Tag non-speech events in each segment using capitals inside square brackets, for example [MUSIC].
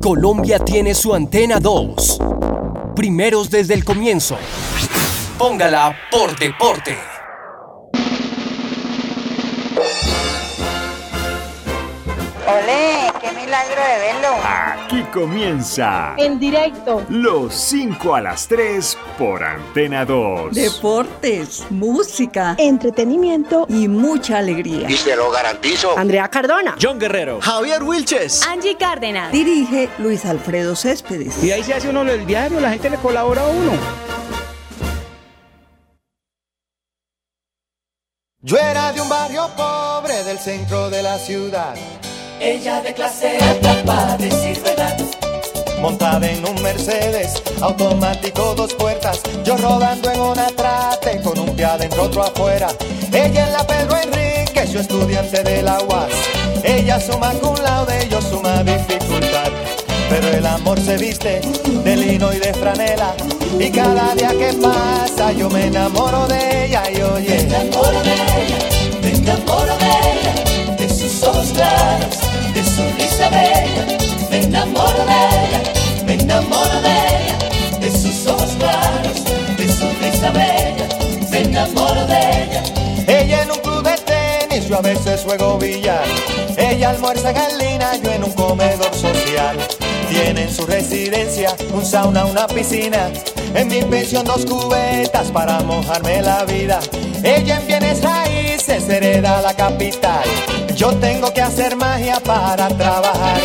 Colombia tiene su antena 2. Primeros desde el comienzo. Póngala por deporte. Olé, qué milagro de verlo. Aquí comienza En directo. Los 5 a las 3 por Antena 2. Deportes, música Entretenimiento. y mucha alegría. Andrea Cardona. John Guerrero. Javier Wilches. Angie Cárdenas. Dirige Luis Alfredo Céspedes. Y ahí se hace uno el diario, la gente le colabora a uno. Yo era de un barrio pobre del centro de la ciudad. Ella de clase alta para decir verdad. Montada en un Mercedes, automático dos puertas. Yo rodando en una trate con un pie adentro, otro afuera. Ella es la Pedro Enrique, yo estudiante de la UAS. Ella suma con laude, yo suma dificultad. Pero el amor se viste de lino y de franela. Y cada día que pasa yo me enamoro de ella y oye. Me enamoro de ella, de sus ojos claros, de su risa bella. Me enamoro de ella, me enamoro de ella, de sus ojos claros, de su risa bella. Me enamoro de ella. Ella en un club de tenis, yo a veces juego billar. Ella almuerza galina, yo en un comedor social. Tiene en su residencia un sauna, una piscina. En mi pensión dos cubetas para mojarme la vida. Ella en bienes raíces hereda la capital. Yo tengo que hacer magia para trabajar.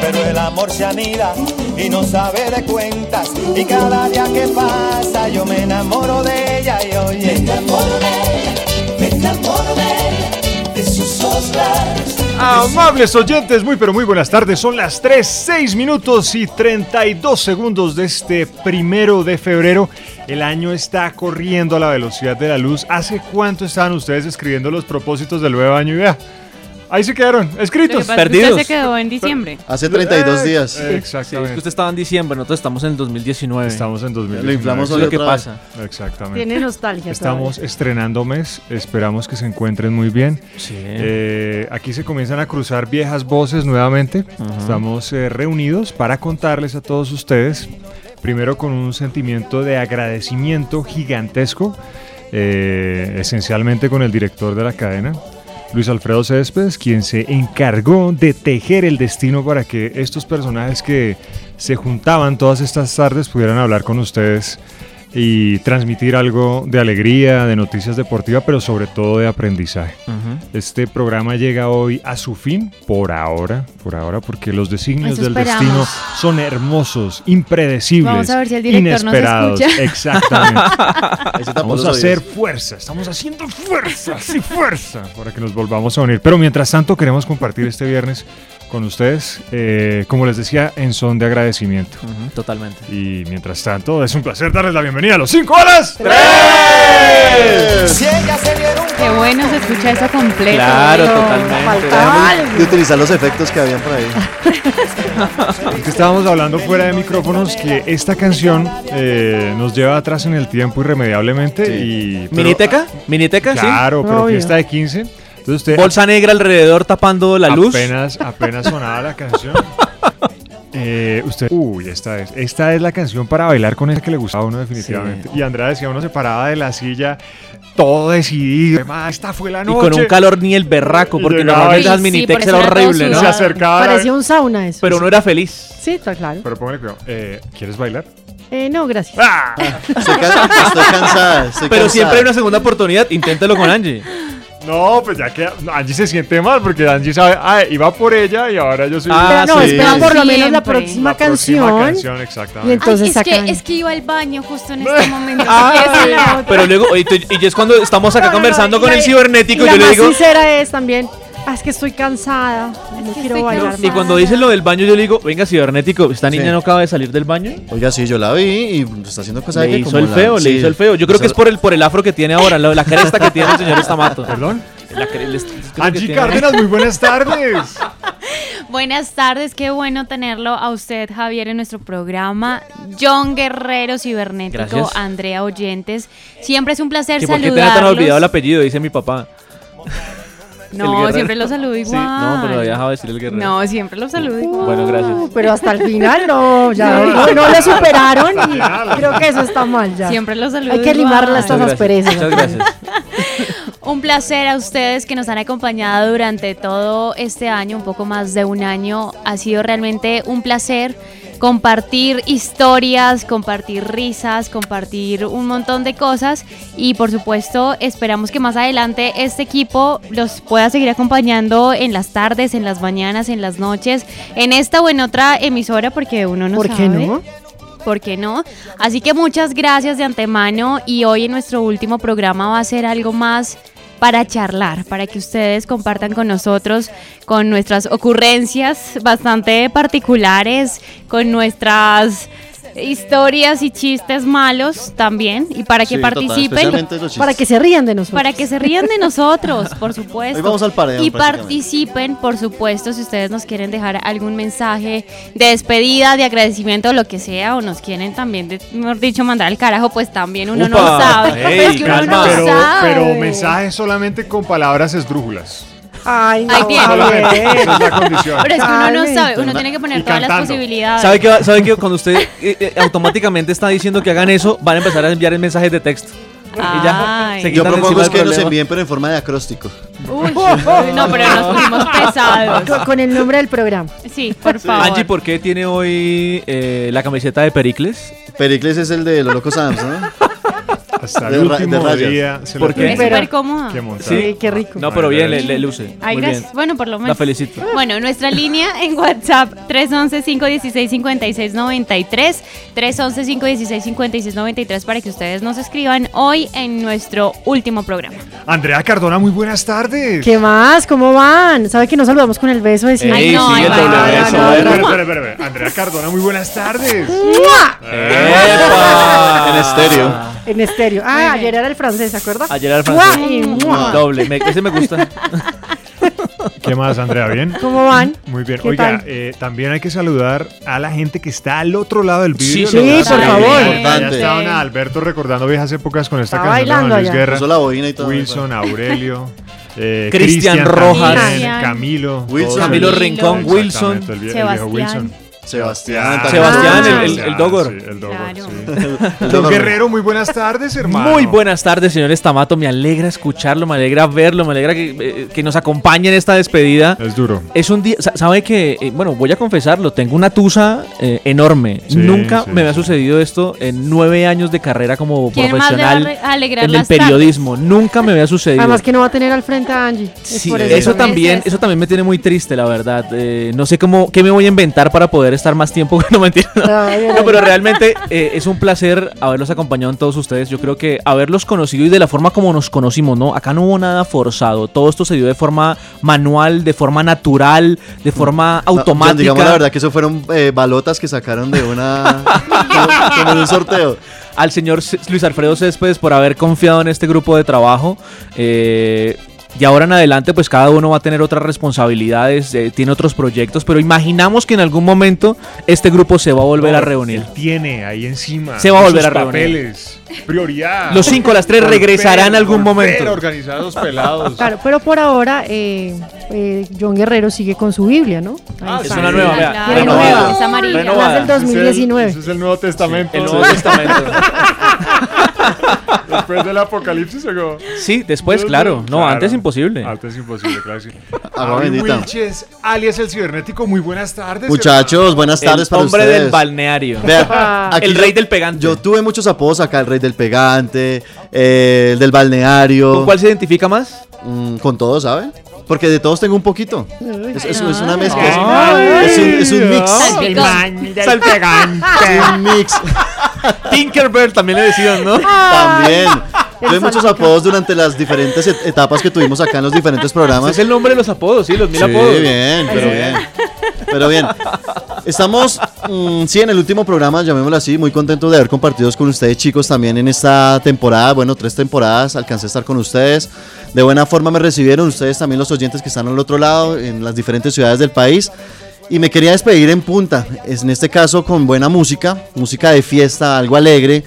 Pero el amor se anida y no sabe de cuentas. Y cada día que pasa yo me enamoro de ella y oye. Me enamoro de ella, me enamoro de ella, de sus ojos claros. Amables oyentes, muy pero muy buenas tardes. Son las 3, 6 minutos y 32 segundos de este primero de febrero. El año está corriendo a la velocidad de la luz. ¿Hace cuánto estaban ustedes escribiendo los propósitos del nuevo año? Y vea, ahí se quedaron, Lo que escritos. pasa es que usted perdidos. se quedó en diciembre. Hace 32 días. Eh, Sí, es que Exactamente. usted estaba en diciembre, nosotros estamos en el 2019. Estamos en 2019. Lo inflamos Eso es hoy lo que otra vez. pasa. Exactamente. Tiene nostalgia. Estamos estrenando mes, esperamos que se encuentren muy bien. Sí. Eh, aquí se comienzan a cruzar viejas voces nuevamente. Estamos eh, reunidos para contarles a todos ustedes, primero con un sentimiento de agradecimiento gigantesco, eh, esencialmente con el director de la cadena. Luis Alfredo Céspedes, quien se encargó de tejer el destino para que estos personajes que se juntaban todas estas tardes pudieran hablar con ustedes y transmitir algo de alegría, de noticias deportivas, pero sobre todo de aprendizaje. Ujú. Este programa llega hoy a su fin, por ahora, por ahora, porque los designios Eso del esperamos. destino son hermosos, impredecibles, Vamos a ver si el director nos inesperados. [LAUGHS] escucha. Exactamente. Ahí se tapó Vamos los a oídos. hacer fuerza, estamos haciendo fuerza, sí, fuerza, para que nos volvamos a unir. Pero mientras tanto queremos compartir este viernes con ustedes, eh, como les decía, en son de agradecimiento. Ujú, Totalmente. Y mientras tanto, es un placer darles la bienvenida a los 5 horas. Si ella se diera un Qué bueno se escucha eso completo. Claro, Pero totalmente. faltaba. Dejemos de utilizar los efectos que habían por ahí. Porque estábamos hablando fuera de micrófonos que esta canción eh, nos lleva atrás en el tiempo irremediablemente. Y, pero- ¿Miniteca? ¿Miniteca? Claro, pero Obvio. fiesta de 15. Entonces sí. usted Bolsa negra alrededor tapando la luz. Apenas, apenas sonaba la [LAUGHS] canción. Eh, usted, uy, esta es, esta es la canción para bailar con el que le gustaba a uno definitivamente. Y Andrea decía, uno se paraba de la silla, todo decidido. "Emma, Esta fue la Y noche. con un calor ni el berraco, Y porque llegaba normalmente y- las Sí, minitex porque era era todo horrible, ¿no? se sudado. acercaba. Parecía un sauna eso. Pero uno era feliz. Sí, está claro. Pero póngale cuidado. Eh, ¿Quieres bailar? Eh, no, gracias. [LAUGHS] ¡Ah! Estoy, ca- [LAUGHS] estoy cansada. estoy Pero cansada. siempre hay una segunda oportunidad, inténtalo con Angie. No, pues ya que Angie se siente mal porque Angie sabe, ah, iba por ella y ahora yo soy la Ah, Pero no, sí. espera por lo menos la Siempre. próxima, próxima canción. canción. Y Exactamente. Ay, entonces es, que, sacan. es que iba al baño justo en [LAUGHS] este momento. Ah, pero luego, y, tú- y ya es cuando estamos acá No, no, no, conversando y con la- el Y cibernético, la yo le más digo, sincera es también. "Ah, es que estoy cansada. No que quiero estoy bailar. y cansada. más". cuando dice lo del baño, yo le digo, venga cibernético, ¿esta niña Sí. no acaba de salir del baño? Oiga, sí, yo la vi y está haciendo cosas Le Pues que hizo como el la- feo, le sí. Pues hizo el feo. Yo creo que es por el, por el afro que tiene ahora, la, la cresta que tiene el señor Estamato. Perdón. La cre- el est- creo que Angie tiene- Cárdenas, muy buenas tardes. Buenas tardes, qué bueno tenerlo a usted, Javier, en nuestro programa. John Guerrero Cibernético, Gracias. Andrea Oyentes. Siempre es un placer Que ¿Por qué te saludarlos. tan olvidado el apellido? Dice mi papá. No, guerrero. siempre lo saludo Sí, igual. no, pero había dejado de decir el guerrero. No, siempre lo saludo igual. Bueno, Uh, gracias. pero hasta el final no, ya no, no lo superaron y creo que eso está mal ya. Siempre lo saludo Hay que limarla igual. estas Muchas gracias. asperezas. Muchas gracias. Un placer a ustedes que nos han acompañado durante todo este año, un poco más de un año. Ha sido realmente un placer compartir historias, compartir risas, compartir un montón de cosas y por supuesto esperamos que más adelante este equipo los pueda seguir acompañando en las tardes, en las mañanas, en las noches, en esta o en otra emisora porque uno no ¿Por sabe. qué no? ¿Por qué no? Así que muchas gracias de antemano y hoy en nuestro último programa va a ser algo más para charlar, para que ustedes compartan con nosotros, con nuestras ocurrencias bastante particulares, con nuestras historias y chistes malos también y para que Sí, total, participen. especialmente los Para que chistes. se rían de nosotros. Para que se rían de nosotros, por supuesto. Hoy vamos al paredón, Y prácticamente. participen, por supuesto, si ustedes nos quieren dejar algún mensaje de despedida, de agradecimiento, lo que sea, o nos quieren también, de- mejor dicho, mandar al carajo, pues también uno no Upa, sabe. ey, Pero es que uno calma. no Pero, sabe. pero mensajes solamente con palabras esdrújulas. Ay, no, Ahí tiene. Javier. Solamente, esa es la condición. Pero es que uno no Calmen. sabe, uno tiene que poner Y todas las cantando. posibilidades. ¿Sabe que, ¿Sabe que cuando usted eh, eh, automáticamente está diciendo que hagan eso, van a empezar a enviar mensajes de texto? Y ya Ay. se Yo quitan de propongo encima es el que nos problema. envíen, pero en forma de acróstico. Uy, no, pero nos pusimos pesados. Con, con el nombre del programa. Sí, por favor. Angie, ¿por qué tiene hoy eh, la camiseta de Pericles? Pericles es el de los locos Adams, ¿no? [LAUGHS] Hasta de el ra- de último rayas. día se ¿Por le qué? es tiene súper Pero- cómoda. que montar. Sí. Ay, qué rico. No, pero bien, le, le luce. Ay, Muy gracias. bien. Bueno, por lo menos. La felicito. Bueno, nuestra línea en WhatsApp 311-516-5693, 311-516-5693 para que ustedes nos escriban hoy en nuestro último programa. Andrea Cardona, muy buenas tardes. ¿Qué más? ¿Cómo van? ¿Sabe que nos saludamos con el beso de siempre? Ay, no, sigue ay, el va, doble va, beso, Espera, eh. espera, espera, espera, espera. Andrea Cardona, muy buenas tardes. ¡Mua! ¡Epa! En estéreo. En estéreo. Ah, ayer era el francés, ¿se acuerda? Ayer era el ¡Mua! francés. Y ¡mua! Mm. Doble. Me- ese me gusta. [LAUGHS] ¿Qué más, Andrea? ¿Bien? ¿Cómo van? Muy bien. ¿Qué Oiga, tal? eh, también hay que saludar a la gente que está al otro lado del Sí, video. sí, por favor. Ya Importante. estaban a Alberto recordando viejas épocas con esta Está canción de Juan bailando Luis allá. Guerra. Puso la boina y todo. Wilson, Aurelio, [LAUGHS] eh, Cristian Cristian Rojas. también, Cristian. Camilo, Wilson. todos Camilo ellos. Rincón, Exactamente, Wilson. el vie- el viejo Sebastián. Wilson. Sebastián. también. Sebastián, Ah. el, el- el Dogor. Sí, el Dogor, Claro. sí. Don Guerrero, muy buenas tardes, hermano. Muy buenas tardes, señores Tamato. Me alegra escucharlo, me alegra verlo, me alegra que, eh, que nos acompañe en esta despedida. Es duro. Es un día, sa- sabe que, eh, bueno, voy a confesarlo, tengo una tusa eh, enorme. Sí, Nunca sí, me había sí. sucedido esto en nueve años de carrera como ¿Quién más le va a profesional re- a alegrar en el las tardes? periodismo. Nunca me había sucedido. Además que no va a tener al frente a Angie. Es Sí, eh, por eso, eso. también, Es eso. eso también me tiene muy triste, la verdad. Eh, no sé cómo, qué me voy a inventar para poder estar más tiempo. [LAUGHS] No mentira. Ay, ay, No, ay. pero realmente eh, es un placer haberlos acompañado en todos ustedes. Yo creo que haberlos conocido y de la forma como nos conocimos, ¿no? Acá no hubo nada forzado. Todo esto se dio de forma manual, de forma natural, de Ah, forma No, automática. digamos la verdad que eso fueron eh, balotas que sacaron de una. [LAUGHS] como, como de un sorteo. [LAUGHS] Al señor C- Luis Alfredo Céspedes por haber confiado en este grupo de trabajo. Eh, y ahora en adelante, pues cada uno va a tener otras responsabilidades, eh, tiene otros proyectos, pero imaginamos que en algún momento este grupo se va a volver a reunir. Él tiene ahí encima. Se va a volver sus a reunir. papeles, prioridad. Los cinco, las tres Volver, regresarán en algún volver, momento. organizados [LAUGHS] pelados. Claro, pero por ahora eh, eh, John Guerrero sigue con su Biblia, ¿no? Ah, Es sí. una nueva, vea. Claro, renovada. es amarilla. Renovada. Las del Ese es el- 2019. Ese es el Nuevo Testamento. El Nuevo Testamento. [LAUGHS] Después del apocalipsis, ¿o cómo? Sí, después, Dios claro. mío. No, Claro. antes imposible. Antes imposible, claro. que sí. Agua Abby bendita. Wilches, alias el cibernético, muy buenas tardes. Muchachos, buenas tardes El para hombre ustedes. del balneario. Vea, aquí Ah, [LAUGHS] El yo- rey del pegante. Yo tuve muchos apodos acá, el rey del pegante, eh, el del balneario. ¿Con cuál se identifica más? Mm, con todos, ¿sabe? Porque de todos tengo un poquito. Es, es- es una mezcla. es- Ay, es, un, es un mix. ay. Salpicón. Es un mix. [LAUGHS] Tinkerbell también le decían, ¿no? [LAUGHS] También. Tuve El muchos salpicón. apodos durante las diferentes et- etapas que tuvimos acá en los diferentes programas. Es el nombre de los apodos, sí, los mil Sí, apodos. bien, pero bien. Pero bien. Estamos, mm, sí, en el último programa, llamémoslo así, muy contento de haber compartido con ustedes, chicos, también en esta temporada. Bueno, tres temporadas, alcancé a estar con ustedes. De buena forma me recibieron ustedes también, los oyentes que están al otro lado, en las diferentes ciudades del país. Y me quería despedir en punta, es- en este caso con buena música, música de fiesta, algo alegre.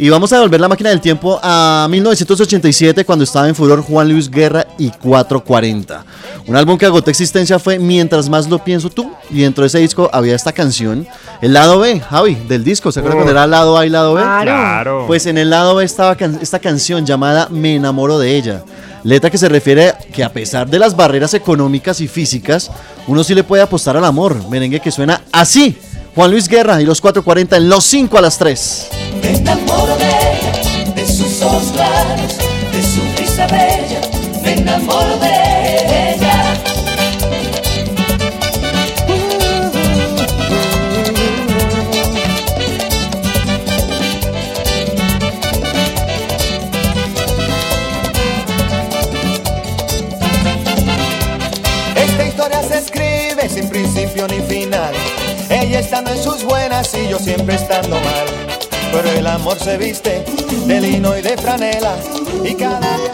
Y vamos a devolver la máquina del tiempo a 1987 cuando estaba en furor Juan Luis Guerra y 440. Un álbum que agotó existencia fue Mientras más lo pienso tú. Y dentro de ese disco había esta canción, el lado B, Javi, del disco. ¿Se acuerdan Oh. cuando era lado A y lado B? Claro. Pues en el lado B estaba can- esta canción llamada Me enamoro de ella. Letra que se refiere que a pesar de las barreras económicas y físicas, uno sí le puede apostar al amor. Merengue que suena así. Juan Luis Guerra y los 440 en los 5 a las 3. Me enamoro de ella, de sus ojos claros, de su risa bella, me enamoro de ella. Esta historia se escribe sin principio ni final. Ella estando en sus buenas y yo siempre estando mal. Pero el amor se viste de lino y de franela. Y cada día.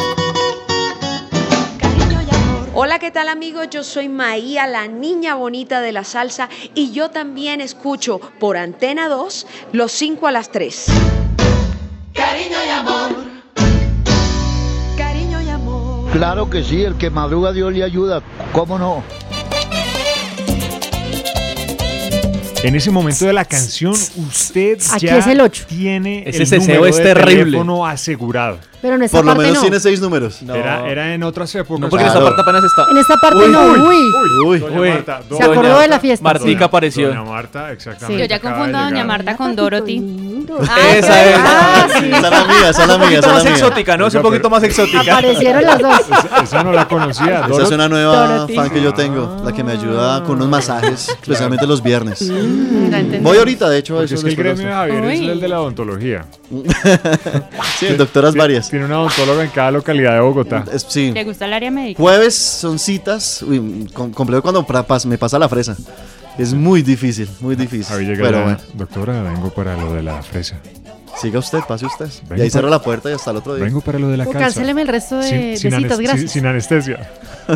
Hola, ¿qué tal amigos? Yo soy Maía, la niña bonita de la salsa, y yo también escucho por Antena 2 los 5 a las 3. Cariño y amor. Cariño y amor. Claro que sí, el que madruga Dios le ayuda, ¿cómo no? En ese momento de la canción, usted Aquí ya es el ocho. tiene Ese el deseo número es de terrible. teléfono asegurado. Pero en esta Por lo parte menos no. tiene seis números. Era, era en otras épocas. No, porque en esta Claro. parte apenas está. En esta parte Uy, no. uy, Uy. Uy. Doña Uy. Marta, Se acordó de la fiesta. Martica Doña- apareció. Doña Marta, exactamente. Yo ya acaba de confundo a Doña llegar. Marta con Dorothy. pues, Lindo. Esa es. Ah, sí. Esa es [LAUGHS] la mía, esa es la Un mía, poquito esa más es la mía. exótica, ¿no? Es un Oiga, poquito más exótica. Aparecieron Mm, las dos. [LAUGHS] Esa, esa no la conocía. Esa es Dorothy. una nueva Dorothy. fan que yo tengo, la que me ayuda con unos masajes, especialmente los viernes. Ya entendí. Voy ahorita, de hecho, a Porque eso es que el después gremio de de Javier es Uy. el de la odontología. esto. [LAUGHS] Sí, doctoras Ti- varias. Tiene una odontóloga en cada localidad de Bogotá. Es- sí. ¿Le gusta el área médica? Jueves son citas. Uy, com- complejo cuando pra- pas- me pasa la fresa. Es muy difícil, muy difícil. Javier llega Pero la- bueno, Doctora, vengo para lo de la fresa. siga usted, pase usted. Vengo Y ahí para- cierra la puerta y hasta el otro día. Vengo para lo de la O calza. cancéleme el resto de, de sin, anes- citas, sin- gracias. sin anestesia.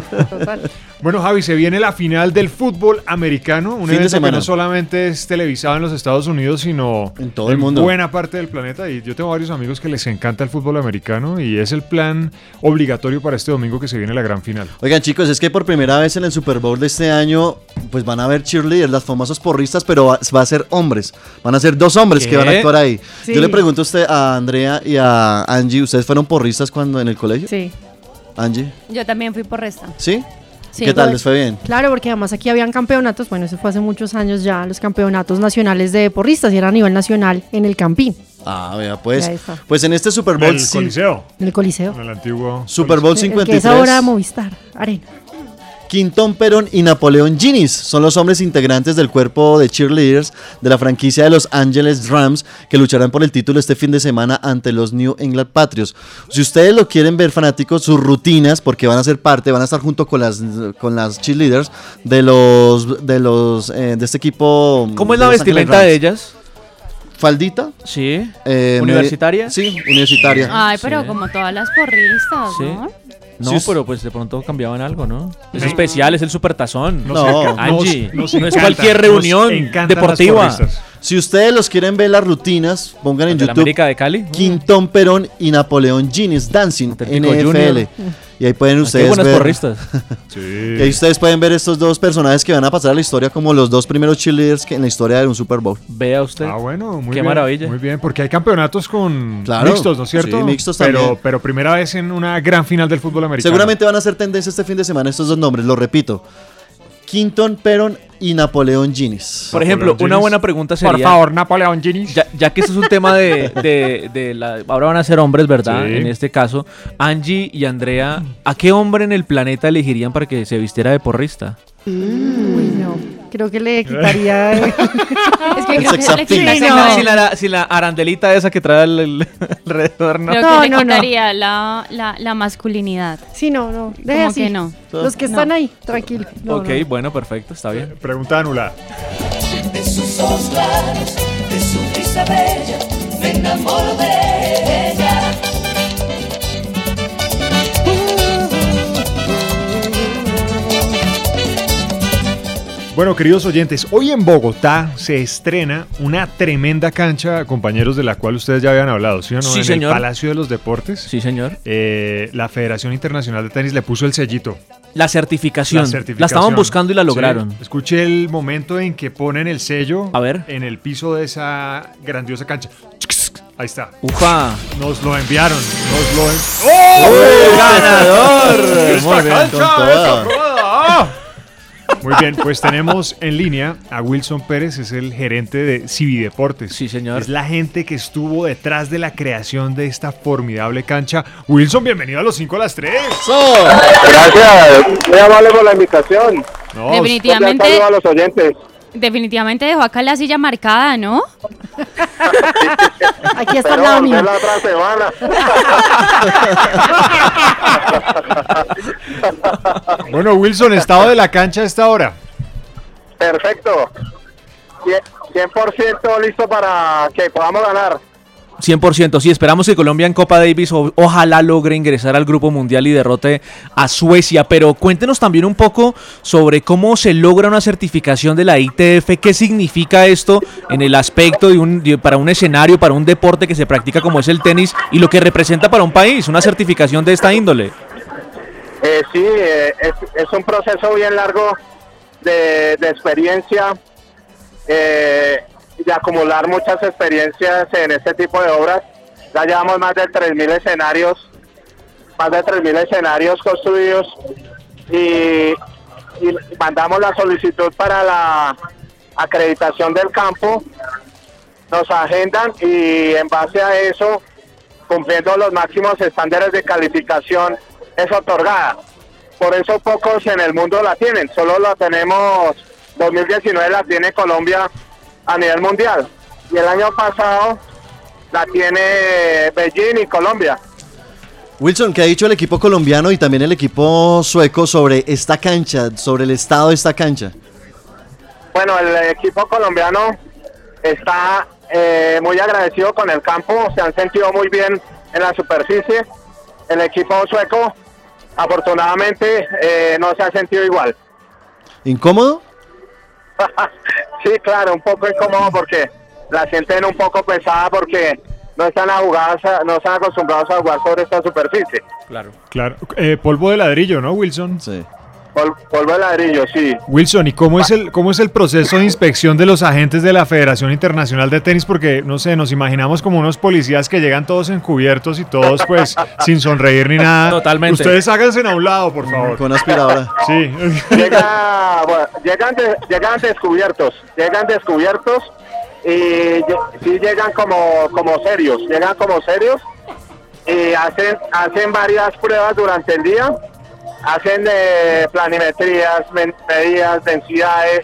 [LAUGHS] Bueno, Javi, se viene la final del fútbol americano, un Fin de evento que semana. no solamente es televisado en los Estados Unidos, sino En todo el mundo. buena parte del planeta. Y yo tengo varios amigos que les encanta el fútbol americano y es el plan obligatorio para este domingo que se viene la gran final. Oigan, chicos, es que por primera vez en el Super Bowl de este año, pues van a haber cheerleaders, las famosas porristas, pero va, va a ser hombres. Van a ser dos hombres ¿Qué? que van a actuar ahí. Sí. Yo le pregunto a usted, a Andrea y a Angie, ¿ustedes fueron porristas cuando en el colegio? Sí. Angie, Yo también fui por resta. ¿sí? Sí. ¿Qué tal? ¿Les fue bien? Claro, porque además aquí habían campeonatos, bueno, eso fue hace muchos años ya, los campeonatos nacionales de porristas y era a nivel nacional en el Campín, Ah, vea, pues. Ya está. Pues en este Super Bowl. El sí- Coliseo, en el Coliseo. en el antiguo. Super Bowl El que 53. es ahora Movistar, Arena. Quintón Perón y Napoleón Ginis son los hombres integrantes del cuerpo de cheerleaders de la franquicia de Los Angeles Rams que lucharán por el título este fin de semana ante los New England Patriots. Si ustedes lo quieren ver fanáticos, sus rutinas, porque van a ser parte, van a estar junto con las con las cheerleaders de los de los eh, de este equipo. ¿Cómo es de la Los Angeles vestimenta de Rams. ellas? Faldita. Sí. eh, ¿Universitaria? media- Sí, universitaria. Ay, pero Sí. como todas las porristas, Sí. ¿no? No, Sí, es- pero pues de pronto cambiaban algo, ¿no? Es especial, es el supertazón. No. Angie, nos no es encantan, cualquier nos reunión encantan deportiva. las porristas. Si ustedes los quieren ver las rutinas, pongan en De la YouTube América de Cali. Quintón Perón y Napoleón Jeans Dancing Atlético NFL. Junior. Y ahí pueden Aquí hay ustedes buenas ver. porristas. [LAUGHS] Y ahí ustedes pueden ver estos dos personajes que van a pasar a la historia como los dos primeros cheerleaders que en la historia de un Super Bowl. Vea usted. Ah, bueno, muy Qué bien. maravilla. Muy bien, porque hay campeonatos con Claro, mixtos, ¿no es cierto? sí, mixtos pero, también. Pero primera vez en una gran final del fútbol americano. Seguramente van a ser tendencia este fin de semana estos dos nombres, lo repito. Quintón Perón y Napoleón Jeans. Por ejemplo, Napoleón una Ginis. buena pregunta sería. Por favor, Napoleón Ginis. Ya, ya que esto es un tema de, de- de la- ahora van a ser hombres, ¿verdad? Sí. En este caso, Angie y Andrea, ¿a qué hombre en el planeta elegirían para que se vistiera de porrista? Uy, no. Creo que le [LAUGHS] quitaría. eh, Es [LAUGHS] que El creo que sex le appeal. quitaría- Sí, no. Si, la, si la arandelita esa que trae el, el- [LAUGHS] alrededor, ¿no? Creo No, que no, le no. quitaría la, la, la masculinidad. Sí, no, no. Deje Como así. que no. Los que están ahí, tranquilo. No, ok, no. bueno, perfecto, está bien. Pregunta anulada. de sus ojos claros, de su risa bella, me enamoro de ella. Bueno, queridos oyentes, hoy en Bogotá se estrena una tremenda cancha, compañeros, de la cual ustedes ya habían hablado, ¿sí o no? Sí, en señor. el Palacio de los Deportes. Sí, señor. Eh, la Federación Internacional de Tenis le puso el sellito. La certificación. La La, certificación. estaban buscando y la lograron. Sí. Escuché el momento en que ponen el sello A ver. en el piso de esa grandiosa cancha. Ahí está. Ufa. Nos lo enviaron. Nos lo en- ¡Oh! ¡Ganador! ¡Esta Muy bien, cancha con es toda. aprobada! ¡Ah! Muy bien, pues tenemos en línea a Wilson Pérez, es el gerente de Civideportes. Sí, señor. Es la gente que estuvo detrás de la creación de esta formidable cancha. Wilson, bienvenido a los 5 a las 3. Gracias, muy amable por la invitación. No, Definitivamente. Un cordial saludo a los oyentes. Definitivamente dejó acá la silla marcada, ¿no? [LAUGHS] Aquí está al Pero lado mío. volver la otra semana. Bueno, Wilson, estado de la cancha a esta hora. Perfecto. Cien- 100% listo para que podamos ganar. 100%, sí, esperamos que Colombia en Copa Davis o- ojalá logre ingresar al Grupo Mundial y derrote a Suecia, pero cuéntenos también un poco sobre cómo se logra una certificación de la ITF, qué significa esto en el aspecto de un, de- para un escenario, para un deporte que se practica como es el tenis y lo que representa para un país, una certificación de esta índole. Eh, sí, eh, es, es un proceso bien largo de, de experiencia, eh, de acumular muchas experiencias en este tipo de obras. Ya llevamos más de 3.000 escenarios, más de 3.000 escenarios construidos y, y mandamos la solicitud para la acreditación del campo. Nos agendan y en base a eso cumpliendo los máximos estándares de calificación es otorgada. Por eso pocos en el mundo la tienen, solo la tenemos, 2019 la tiene Colombia a nivel mundial y el año pasado la tiene Beijing y Colombia. Wilson, ¿qué ha dicho el equipo colombiano y también el equipo sueco sobre esta cancha, sobre el estado de esta cancha? Bueno, el equipo colombiano está eh, muy agradecido con el campo, se han sentido muy bien en la superficie. El equipo sueco, afortunadamente, eh, no se ha sentido igual. ¿Incómodo? Sí, claro, un poco incómodo porque la sienten un poco pesada porque no están, a jugar, no están acostumbrados a jugar sobre esta superficie. Claro. Claro. Eh, polvo de ladrillo, ¿no, Wilson? Sí. Pol- polvo de ladrillo, sí. Wilson, ¿y cómo es, el, cómo es el proceso de inspección de los agentes de la Federación Internacional de Tenis? Porque, no sé, nos imaginamos como unos policías que llegan todos encubiertos y todos, [LAUGHS] pues, sin sonreír ni nada. Totalmente. Ustedes háganse a un lado, por favor. Con aspiradora. Sí. [LAUGHS] Llega, bueno, llegan, de- llegan descubiertos, llegan descubiertos y lle- sí llegan como, como serios, llegan como serios y hacen, hacen varias pruebas durante el día, hacen eh, planimetrías, men- medidas, densidades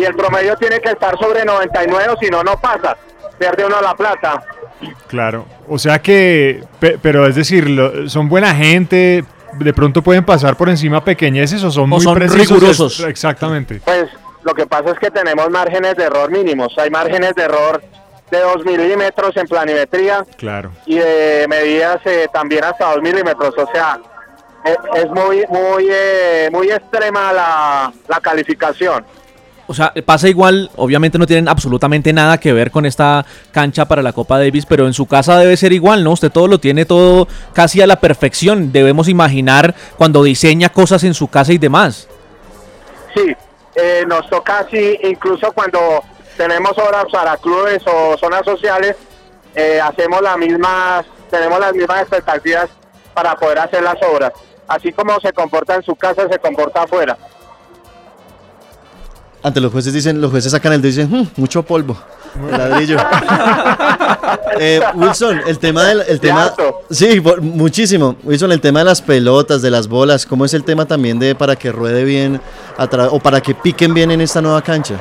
y el promedio tiene que estar sobre 99 o si no, no pasa, pierde uno la plata. Claro. O sea que, pe- pero es decir, lo- son buena gente, de pronto pueden pasar por encima pequeñeces o son muy son precisos. rigurosos. Exactamente. Pues lo que pasa es que tenemos márgenes de error mínimos, hay márgenes de error de 2 milímetros en planimetría. Claro. y de medidas eh, también hasta 2 milímetros. O sea, es, es muy muy eh, muy extrema la, la calificación. O sea, pasa igual, obviamente no tienen absolutamente nada que ver con esta cancha para la Copa Davis, pero en su casa debe ser igual, ¿no? Usted todo lo tiene todo casi a la perfección. Debemos imaginar cuando diseña cosas en su casa y demás. Sí, eh, nos toca así, incluso cuando tenemos obras para clubes o zonas sociales, eh, hacemos las mismas, tenemos las mismas expectativas para poder hacer las obras. Así como se comporta en su casa, se comporta afuera. Ante los jueces dicen, los jueces sacan el dedo y dicen, "Mm, mucho polvo, ladrillo. [LAUGHS] Eh, Wilson, el tema del el tema, sí, por- muchísimo. Wilson, el tema de las pelotas, de las bolas, ¿cómo es el tema también de para que ruede bien a tra- o para que piquen bien en esta nueva cancha?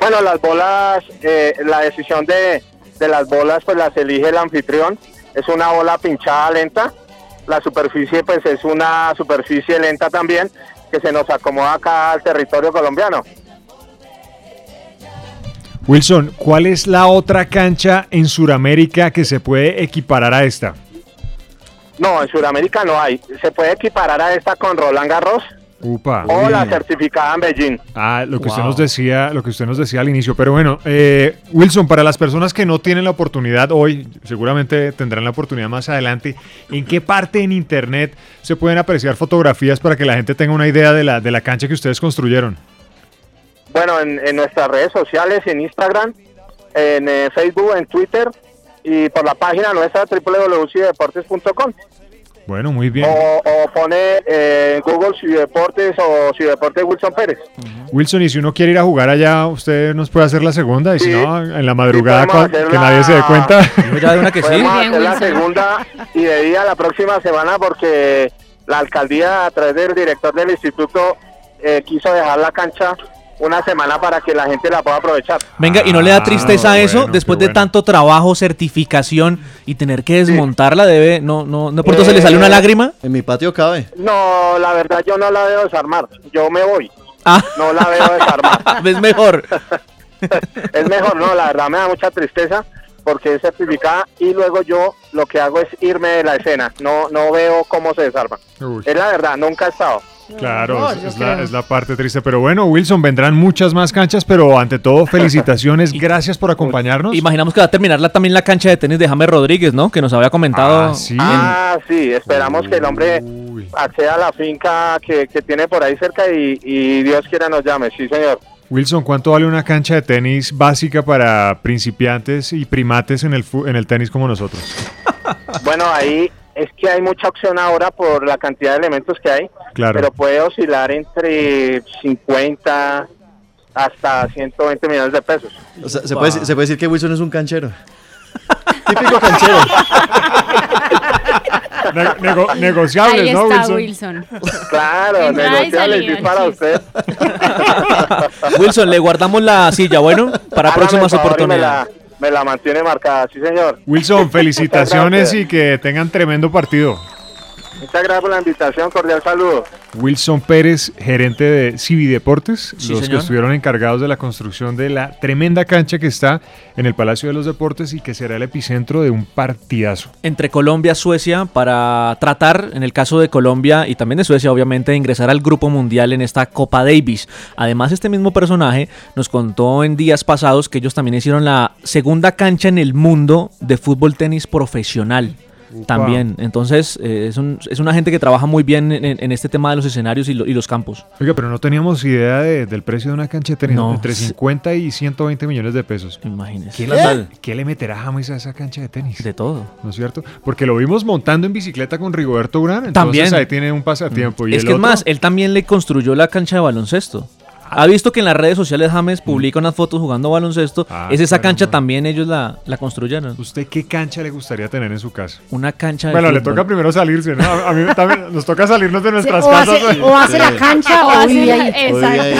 Bueno, las bolas, eh, la decisión de, de las bolas pues las elige el anfitrión. Es una bola pinchada lenta. La superficie pues es una superficie lenta también que se nos acomoda acá al territorio colombiano. Wilson, ¿cuál es la otra cancha en Sudamérica que se puede equiparar a esta? No, en Sudamérica no hay. Se puede equiparar a esta con Roland Garros, Upa. o la Uy. certificada en Beijing. Ah, lo que usted Wow. nos decía, lo que usted nos decía al inicio. Pero bueno, eh, Wilson, para las personas que no tienen la oportunidad hoy, seguramente tendrán la oportunidad más adelante. ¿En qué parte en internet se pueden apreciar fotografías para que la gente tenga una idea de la de la cancha que ustedes construyeron? Bueno, en, en nuestras redes sociales, en Instagram, en eh, Facebook, en Twitter y por la página nuestra www.cideportes.com Bueno, muy bien. o, o pone eh, en Google Cideportes o Cideportes Wilson Pérez. Wilson, y si uno quiere ir a jugar allá, usted nos puede hacer la segunda y si no, en la madrugada podemos cua- hacer que la- nadie se dé cuenta. [LAUGHS] Podemos hacer la segunda y de día la próxima semana porque la alcaldía a través del director del instituto eh, quiso dejar la cancha una semana para que la gente la pueda aprovechar. Venga, ¿y no le Ah, da tristeza eso? Después de tanto trabajo, certificación y tener que desmontarla, debe, no, no, de pronto se le sale una Eh, lágrima. En mi patio cabe. No, la verdad yo no la veo desarmar. Yo me voy. Ah. No la veo desarmar. [LAUGHS] es mejor. [LAUGHS] es mejor, no, la verdad me da mucha tristeza porque es certificada y luego yo lo que hago es irme de la escena. No no veo cómo se desarma. Uy. Es la verdad, nunca he estado. Claro, No, es, yo es la, creo. es la parte triste. Pero bueno, Wilson, vendrán muchas más canchas, pero ante [LAUGHS] todo, felicitaciones. gracias por acompañarnos. Imaginamos que va a terminar la- también la cancha de tenis de James Rodríguez, ¿no? Que nos había comentado. Ah, sí. Ah, sí, esperamos que el hombre acceda a la finca que, que tiene por ahí cerca y, y Dios quiera nos llame, sí señor. Wilson, ¿cuánto vale una cancha de tenis básica para principiantes y primates en el, fu- en el tenis como nosotros? Bueno, ahí es que hay mucha opción ahora por la cantidad de elementos que hay, Claro. pero puede oscilar entre 50 hasta 120 millones de pesos. O sea, se, puede, se puede decir que Wilson es un canchero. Típico canchero. Ne- nego- negociables, Ahí ¿no, está Wilson? Wilson. [LAUGHS] Claro, Entrada y negociables, salida, sí, para usted. Wilson, le guardamos la silla, bueno, para Hágame el próximas favor y me la, oportunidades. me la mantiene marcada, sí señor. [LAUGHS] Wilson, felicitaciones Muchas y que tengan tremendo partido. Muchas gracias por la invitación, cordial saludo. Wilson Pérez, gerente de Civi Deportes, Sí, los que señor. estuvieron encargados de la construcción de la tremenda cancha que está en el Palacio de los Deportes y que será el epicentro de un partidazo. entre Colombia y Suecia para tratar, en el caso de Colombia y también de Suecia, obviamente, de ingresar al grupo mundial en esta Copa Davis. Además, este mismo personaje nos contó en días pasados que ellos también hicieron la segunda cancha en el mundo de fútbol tenis profesional. También, entonces eh, es, un- es una gente que trabaja muy bien en, en- en este tema de los escenarios y, lo- y los campos. Oiga, pero no teníamos idea de- del precio de una cancha de tenis, No. entre 50 y 120 millones de pesos. Imagínese. ¿Qué, ¿Qué? le, qué le meterá James a esa cancha de tenis? De todo. ¿No es cierto? Porque lo vimos montando en bicicleta con Rigoberto Urán, entonces También. ahí tiene un pasatiempo. Y es el que es otro- más, él también le construyó la cancha de baloncesto. Ha visto que en las redes sociales James publica unas fotos jugando baloncesto. es esa cancha también ellos la, la construyeron. Ah, ¿Usted qué cancha le gustaría tener en su casa? Una cancha de Bueno, le fútbol. toca primero salirse, ¿no? A a mí también nos toca salirnos de nuestras o casas. hace- o hace la cancha O o, hace vive la- ahí. O vive ahí.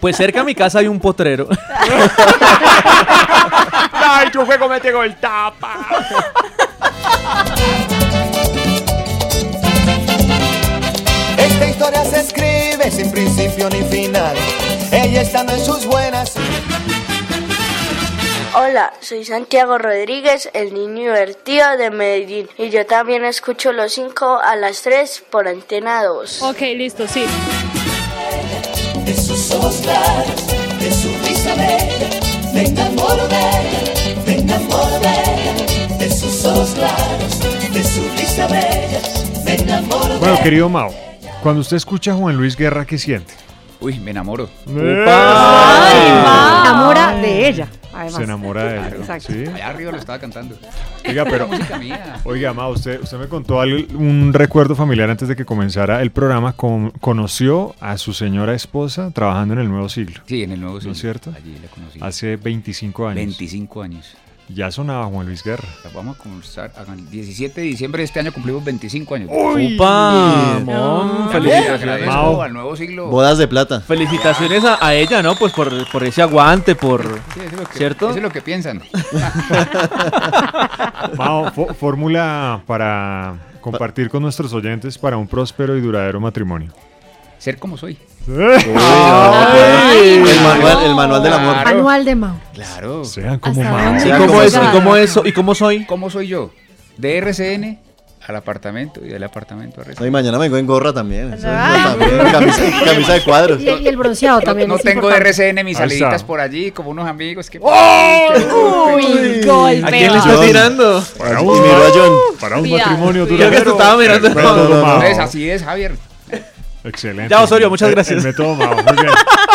Pues cerca de mi casa hay [LAUGHS] un potrero. [LAUGHS] Ay, yo juego me tengo el tapa. Esta historia se escribe sin principio ni final. Ella estando en sus buenas. Hola, soy Santiago Rodríguez, el niño divertido de Medellín. Y yo también escucho los 5 a las 3 por Antena 2. Ok, listo, sí. De sus ojos claros, de su risa bella, me enamoro de ella, me enamoro de ella. De sus ojos claros, de su risa bella, me enamoro de Bueno, querido Mao, cuando usted escucha a Juan Luis Guerra, ¿qué siente? Uy, me enamoro. Se enamora de ella, además. Ah. Se enamora de él. Exacto. Allá arriba lo estaba cantando. Oiga, pero. Música mía. Oiga, Mao, usted, usted me contó al- un recuerdo familiar antes de que comenzara el programa. con- conoció a su señora esposa trabajando en el nuevo siglo. Sí, en el nuevo siglo. ¿No es cierto? Allí la conocí. Hace 25 años. 25 años. Ya sonaba Juan Luis Guerra. Vamos a comenzar. hagan- El 17 de diciembre de este año cumplimos 25 años. ¡Uy! ¡Upa! Mon, [LAUGHS] felicidades. Agradezco Mao. Oh, al nuevo siglo. Bodas de plata. Felicitaciones a, a ella, ¿no? Pues por, por ese aguante, por... Sí, eso es lo que- ¿Cierto? Eso es lo que piensan. [LAUGHS] Mao, [LAUGHS] fo- fórmula para compartir con nuestros oyentes para un próspero y duradero matrimonio. Ser como soy. Ay, pues, El manual- el manual del amor. Claro. Manual de Mao. Claro. Sean como ¿Hasta Mao. dónde ¿Y cómo, es, ¿Y cómo es- ¿Y cómo soy? ¿Cómo soy yo? De RCN al apartamento y del apartamento al resto. No, y mañana vengo en gorra también. eso es Ah. también, camisa, camisa de cuadros. Y el, y el bronceado también. No es tengo importante. ¡Oh! RCN, mis Ahí está. saliditas por allí, como unos amigos que... ¡Oh! Uy, golpe. ¿A quién le estás tirando? Y miró a John. Para un matrimonio Yo que te duradero. estaba mirando. El método Mao. Es, así es, Javier. Excelente. Ya, Osorio, muchas El- gracias. El método Mao, muy bien.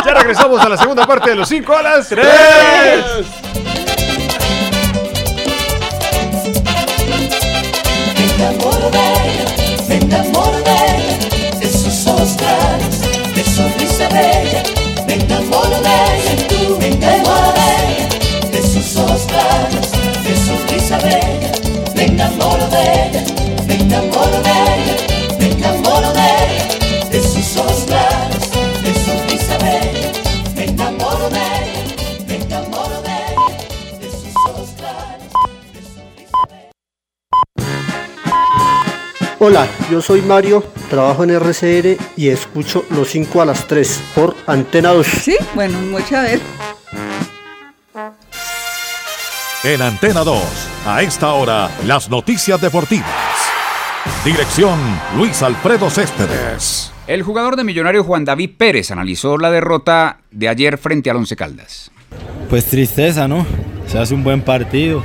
Ya regresamos a la segunda parte de los 5 a las 3. Me enamoro de él, me enamoro de él, de sus ojos claros, de su risa bella. Me enamoro de él, me enamoro de él, de sus ojos claros, de su risa bella. Me enamoro de ella, me enamoro de ella, me enamoro de ella, de sus ojos claros, de su risa bella. Me enamoro de ella, me enamoro de ella, de sus ojos claros. Hola, yo soy Mario, trabajo en RCN y escucho los 5 a las 3 por Antena 2. Sí, bueno, mucho a ver. En Antena 2, a esta hora, las noticias deportivas. Dirección Luis Alfredo Céspedes. El jugador de Millonario Juan David Pérez analizó la derrota de ayer frente al Once Caldas. pues tristeza, ¿no? Se hace un buen partido,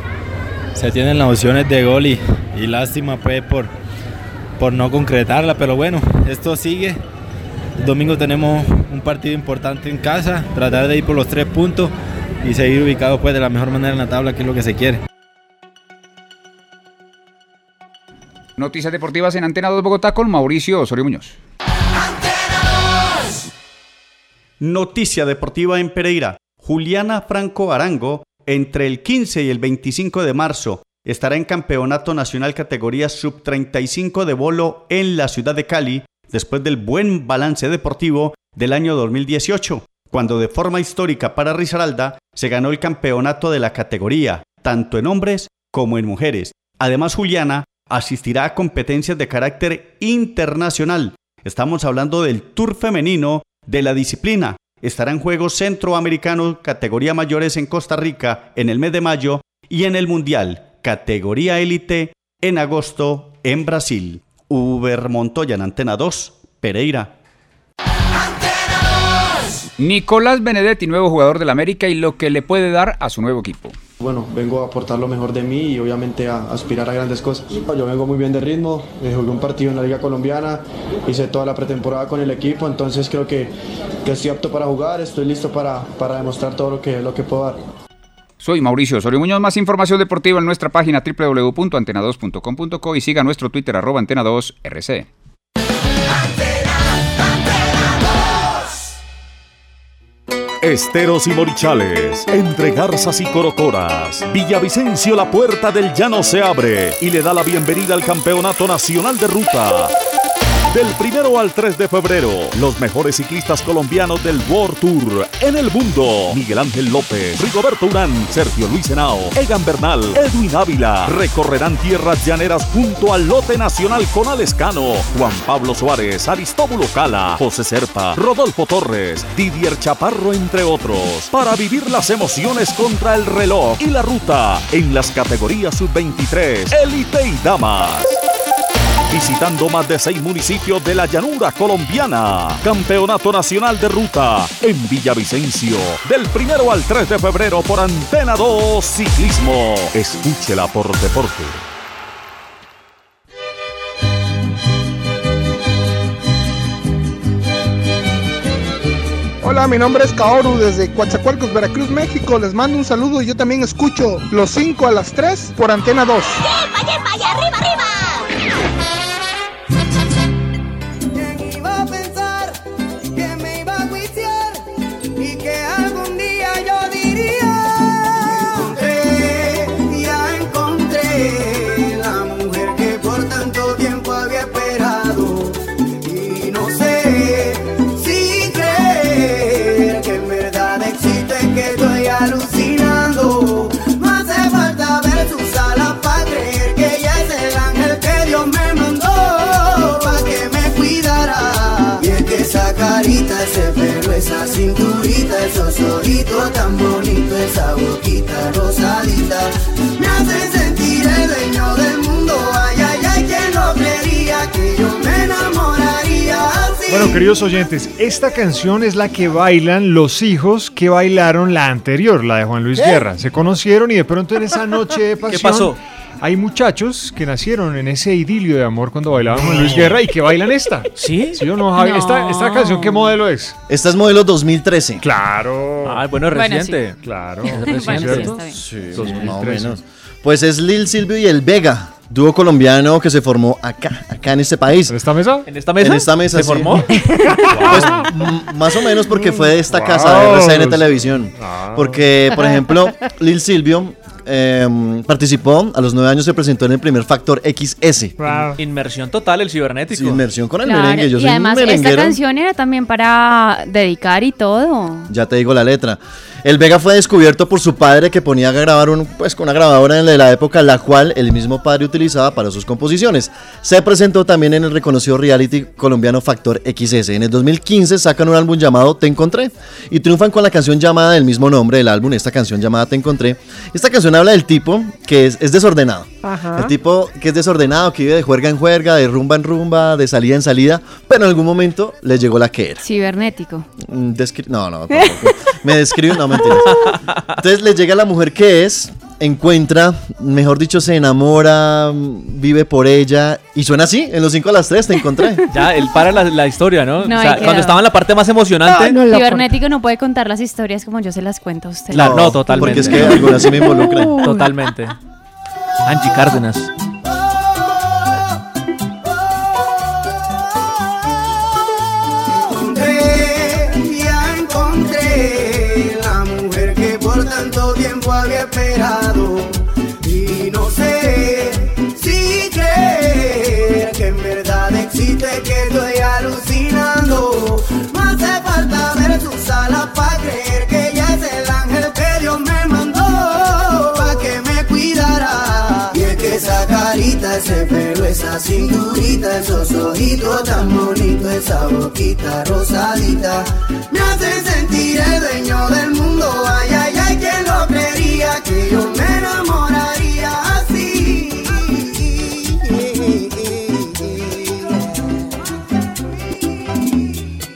se tienen las opciones de gol y, y lástima pues por, por no concretarla, pero bueno, esto sigue. El domingo tenemos un partido importante en casa, tratar de ir por los tres puntos y seguir ubicados pues de la mejor manera en la tabla, que es lo que se quiere. Noticias deportivas en Antena 2 Bogotá con Mauricio Osorio Muñoz. Noticia deportiva en Pereira. Juliana Franco Arango, entre el 15 y el 25 de marzo, estará en Campeonato Nacional categoría sub-35 de bolo en la ciudad de Cali, después del buen balance deportivo del año 2018, cuando de forma histórica para Risaralda se ganó el campeonato de la categoría, tanto en hombres como en mujeres. Además, Juliana asistirá a competencias de carácter internacional. Estamos hablando del Tour femenino de la disciplina. Estará en Juegos Centroamericanos categoría mayores en Costa Rica en el mes de mayo y en el Mundial categoría élite en agosto en Brasil. Uber Montoya en Antena 2, Pereira. Nicolás Benedetti, nuevo jugador del América y lo que le puede dar a su nuevo equipo. Bueno, vengo a aportar lo mejor de mí y obviamente a aspirar a grandes cosas. Yo vengo muy bien de ritmo, eh, jugué un partido en la Liga Colombiana, hice toda la pretemporada con el equipo, entonces creo que, que estoy apto para jugar, estoy listo para, para demostrar todo lo que, lo que puedo dar. Soy Mauricio Osorio Muñoz. Más información deportiva en nuestra página www.antena2.com.co y siga nuestro Twitter arroba antena2rc. Esteros y Morichales, entre garzas y corocoras, Villavicencio la puerta del llano se abre y le da la bienvenida al Campeonato Nacional de Ruta. Del primero al 3 de febrero, los mejores ciclistas colombianos del World Tour en el mundo. Miguel Ángel López, Rigoberto Urán, Sergio Luis Henao, Egan Bernal, Edwin Ávila recorrerán tierras llaneras junto al lote nacional con Alescano, Juan Pablo Suárez, Aristóbulo Cala, José Serpa, Rodolfo Torres, Didier Chaparro, entre otros, para vivir las emociones contra el reloj y la ruta en las categorías sub-23, élite y damas visitando más de seis municipios de la llanura colombiana. Campeonato Nacional de Ruta en Villavicencio, del primero al 3 de febrero por Antena 2 Ciclismo. Escúchela por Deporte. Hola, mi nombre es Kaoru desde Coatzacoalcos, Veracruz, México. Les mando un saludo y yo también escucho los 5 a las 3 por Antena 2. ¿Quién iba a pensar que me iba a juiciar y que algún día yo diría? Encontré, ya encontré la mujer que por tanto tiempo había esperado y no sé si creer que en verdad existe que estoy alucinando. No hace falta ver sus alas para creer que ella es el ángel que Dios me mandó para que me cuidara. Y es que esa carita, ese pelo, esa cinturita, esos ojitos tan bonitos, esa boquita rosadita, me hace sentir el dueño del mundo. Ay, ay, ay, que no queridos oyentes, esta canción es la que bailan los hijos que bailaron la anterior, la de Juan Luis ¿Eh? Guerra. Se conocieron y de pronto en esa noche [LAUGHS] de pasión... pasó? Hay muchachos que nacieron en ese idilio de amor cuando bailaban Juan Luis Guerra y que bailan esta. ¿Sí? ¿Sí o no, Javi? Esta, esta canción, ¿qué modelo es? Esta es modelo 2013. Claro. Ah, bueno, es Bueno, reciente. sí. Claro. Es reciente. [LAUGHS] Bueno, sí, ¿cierto? está bien. Sí, 2013. más o menos. Pues es Lil Silvio y el Vega, dúo colombiano que se formó acá, acá en este país. ¿En esta mesa? ¿En esta mesa? En esta mesa, ¿Se sí. formó? [LAUGHS] Pues, m- más o menos porque fue de esta casa Wow. de RCN Televisión. Porque, por ejemplo, Lil Silvio em, participó, a los nueve años se presentó en el primer Factor XS. Inmersión total, el cibernético. Inmersión con el Claro, merengue, yo y soy además esta merenguero. canción era también para dedicar y todo. Ya te digo la letra. El Vega fue descubierto por su padre que ponía a grabar un, pues, con una grabadora de la época, la cual el mismo padre utilizaba para sus composiciones. Se presentó también en el reconocido reality colombiano Factor XS. En el 2015 sacan un álbum llamado Te Encontré y triunfan con la canción llamada del mismo nombre del álbum, esta canción llamada Te Encontré. Esta canción habla del tipo que es, es desordenado. Ajá. El tipo que es desordenado, que vive de juerga en juerga, de rumba en rumba, de salida en salida, pero en algún momento le llegó la que era. Cibernético. Mm, descri- no, no, tampoco. me describe, no, mentiras. Entonces le llega la mujer que es, encuentra, mejor dicho, se enamora, mm, vive por ella, y suena así, en los 5 a las 3 te encontré. Ya, él para la, la historia, ¿no? No, o ahí sea, quedó. cuando estaba en la parte más emocionante. Cibernético no puede contar las historias como yo se las cuento a usted. Claro, no, totalmente. porque es que algunas sí me involucran. Totalmente. Angie Cárdenas. encontré, ya encontré la mujer que por tanto tiempo había esperado. Y no sé si creer que en verdad existe que estoy alucinando. No hace falta ver sus alas para creer que ella es el ángel que Dios me mandó. Pa' que me cuidara. Y es que esa carita, ese pelo, esa cinturita, esos ojitos tan bonitos, esa boquita rosadita, me hace sentir el dueño del mundo. Ay, ay, ay, que lo creería que yo me enamoraría así.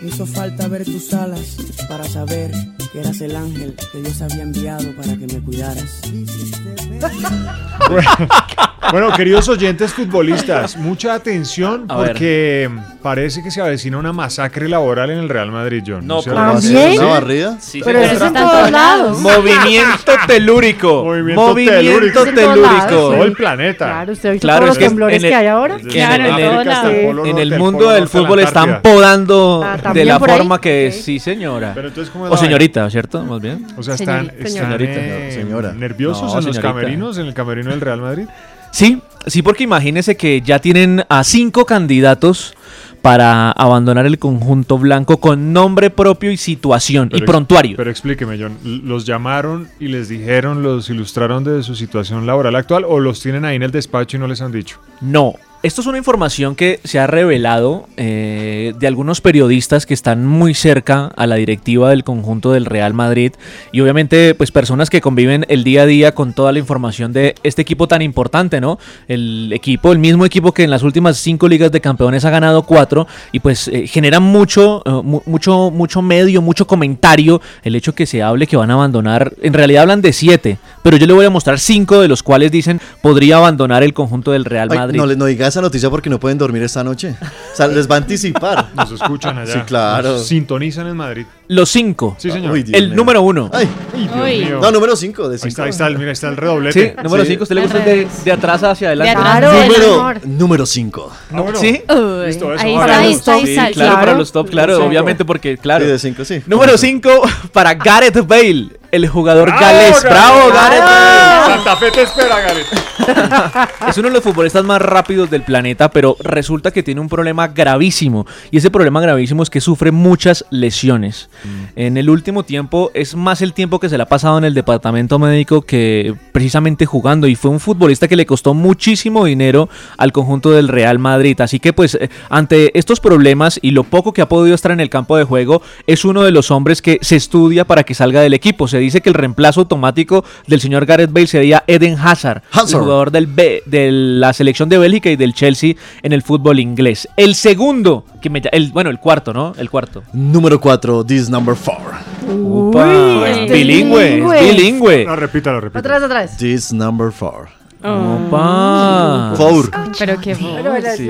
Me hizo falta ver tus alas para saber que eras el ángel que Dios había enviado para que me cuidaras. Bueno, queridos oyentes futbolistas, mucha atención A ver. porque parece que se avecina una masacre laboral en el Real Madrid, John. No, ¿Sí o ¿cómo así? ¿También? ¿Una barrida? Sí, Pero señor. eso es en todos lados. Movimiento [LAUGHS] telúrico. Movimiento, telúrico. Movimiento telúrico. Todo el planeta. Claro, usted ha visto Claro, todos es los que es temblores en que el- hay ahora. en el- en el- Polo En norte, el el mundo polo del norte, la fútbol están Antártida. podando Ah, de ¿también la por ahí? forma que es. Sí, señora. Pero entonces, ¿cómo es o la vaina? señorita, ¿cierto? Más bien. O sea, están, están, eh, nerviosos No, en los señorita. camerinos, en el camerino del Real Madrid. Sí, sí, porque imagínese que ya tienen a cinco candidatos para abandonar el conjunto blanco con nombre propio y situación y Pero ex- prontuario. Pero explíqueme, John, l- ¿los llamaron y les dijeron, los ilustraron de su situación laboral actual o los tienen ahí en el despacho y no les han dicho? No, esto es una información que se ha revelado eh, de algunos periodistas que están muy cerca a la directiva del conjunto del Real Madrid y obviamente pues personas que conviven el día a día con toda la información de este equipo tan importante, ¿no? El equipo, el mismo equipo que en las últimas cinco ligas de campeones ha ganado cuatro y pues eh, genera mucho, eh, mu- mucho, mucho medio, mucho comentario el hecho que se hable que van a abandonar. En realidad hablan de siete, pero yo le voy a mostrar cinco de los cuales dicen podría abandonar el conjunto del Real Ay, Madrid. no, le- no diga esa noticia porque no pueden dormir esta noche. O sea, les va a anticipar. Nos [LAUGHS] escuchan allá. Sí, claro. Ah, Nos sintonizan en Madrid. Los cinco. Sí, señor. Uy, Dios el mío. número uno. Ay, Uy. No, número 5. Ahí está, ahí está, el- mira, ahí está el Sí, redoblete. número cinco. ¿Usted le gusta el de, de atrás hacia adelante? atrás Claro, hacia el número, amor. número 5. Número- ¿Sí? Uy, Listo, eso, ahí ahora. para está, ahí los está, top, ahí sí, está, claro, para claro. los top, claro, Cinco. obviamente, porque, claro. Sí, de cinco, sí. Número 5 [LAUGHS] para Gareth Bale, el jugador ¡Bravo, galés. Gareth! ¡Bravo, pues. Gareth Bale! Santa Fe te espera, Gareth. Es uno de los futbolistas más rápidos del planeta, pero resulta que tiene un problema gravísimo. Y ese problema gravísimo es que sufre muchas lesiones. En el último tiempo es más el tiempo que se le ha pasado en el departamento médico que precisamente jugando. Y fue un futbolista que le costó muchísimo dinero al conjunto del Real Madrid. Así que pues eh, ante estos problemas y lo poco que ha podido estar en el campo de juego, es uno de los hombres que se estudia para que salga del equipo. Se dice que el reemplazo automático del señor Gareth Bale sería Eden Hazard, Hazard. el jugador del B- de la selección de Bélgica y del Chelsea en el fútbol inglés. El segundo, que me, ll- el, bueno, el cuarto, ¿no? El cuarto. Número 4, this number 4. Upa, es este bilingüe, es bilingüe. bilingüe. No, repítalo, Otra vez, otra vez. This number 4. Opa. Four. Pero qué voz. Sí,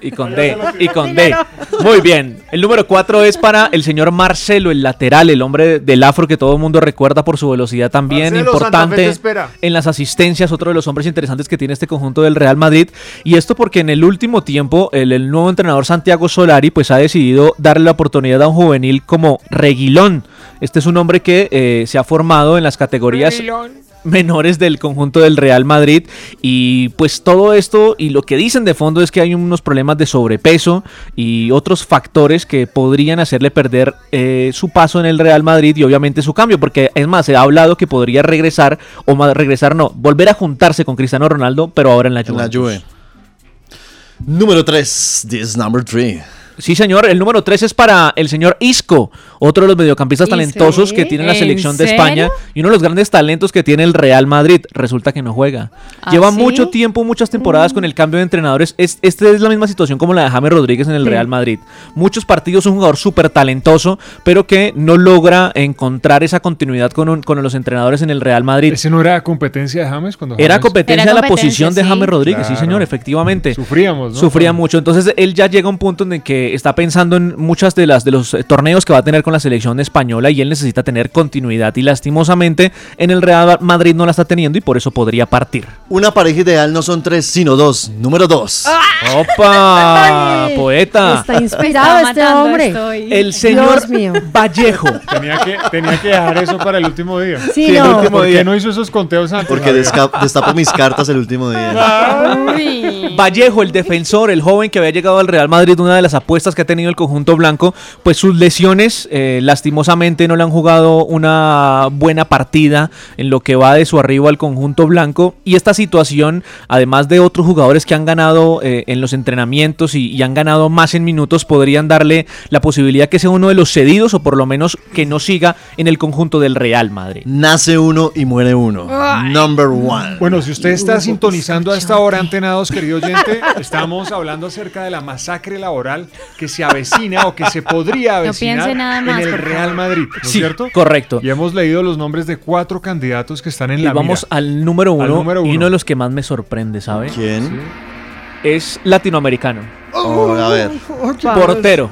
Y con D, y con D. Muy bien. El número 4 es para el señor Marcelo, el lateral, el hombre del afro que todo el mundo recuerda por su velocidad también. Marcelo, Santa Fe te importante espera. en las asistencias, otro de los hombres interesantes que tiene este conjunto del Real Madrid. Y esto porque en el último tiempo el, el nuevo entrenador Santiago Solari pues ha decidido darle la oportunidad a un juvenil como Reguilón. Este es un hombre que eh, se ha formado en las categorías menores del conjunto del Real Madrid y pues todo esto y lo que dicen de fondo es que hay unos problemas de sobrepeso y otros factores que podrían hacerle perder eh, su paso en el Real Madrid y obviamente su cambio porque es más se ha hablado que podría regresar o más regresar no volver a juntarse con Cristiano Ronaldo pero ahora en la Juventus. Número 3, this number 3. Sí, señor. El número 3 es para el señor Isco, otro de los mediocampistas ¿Isco? talentosos que tiene la ¿En selección de serio? España y uno de los grandes talentos que tiene el Real Madrid. Resulta que no juega. ¿Ah, Lleva sí? Mm. mucho tiempo, muchas temporadas con el cambio de entrenadores. Es, esta es la misma situación como la de James Rodríguez en el Sí. Real Madrid. Muchos partidos, un jugador súper talentoso, pero que no logra encontrar esa continuidad con, un- con los entrenadores en el Real Madrid. ¿Ese no era competencia de James cuando Era James- competencia de la posición de James Rodríguez, sí Claro. señor, efectivamente. Sufríamos, ¿no? Sufría mucho. Entonces él ya llega a un punto en el que está pensando en muchas de las de los eh, torneos que va a tener con la selección española y él necesita tener continuidad y lastimosamente en el Real Madrid no la está teniendo y por eso podría partir. Una pareja ideal no son tres, sino dos. Número 2. ¡Ah! ¡Opa! poeta. Está inspirado Está este matando, hombre. estoy. El señor Dios mío. Vallejo. Tenía que, tenía que dejar eso para el último día. Sí, Sí, el no. último ¿Por día. qué no hizo esos conteos antes? Porque Javier? desca- destapo mis cartas el último día. [LAUGHS] Vallejo, el defensor, el joven que había llegado al Real Madrid, una de las apuestas que ha tenido el conjunto blanco, pues sus lesiones eh, lastimosamente no le han jugado una buena partida en lo que va de su arribo al conjunto blanco. Y esta situación, además de otros jugadores que han ganado eh, en los entrenamientos y, y han ganado más en minutos, podrían darle la posibilidad que sea uno de los cedidos o por lo menos que no siga en el conjunto del Real Madrid. Nace uno y muere uno. Number 1. Bueno, si usted está sintonizando a esta hora, antenados, querido oyente, estamos hablando acerca de la masacre laboral que se avecina o que se podría No avecinar piense nada más, en el por favor. Real Madrid, ¿no es Sí, cierto? correcto. Y hemos leído los nombres de cuatro candidatos que están en Y la vamos mira. al número, uno, Al número y uno. uno de los que más me sorprende, ¿sabe? ¿Quién? Es latinoamericano. Oh, a ver. Eh, Portero.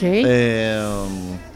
Eh, Ok.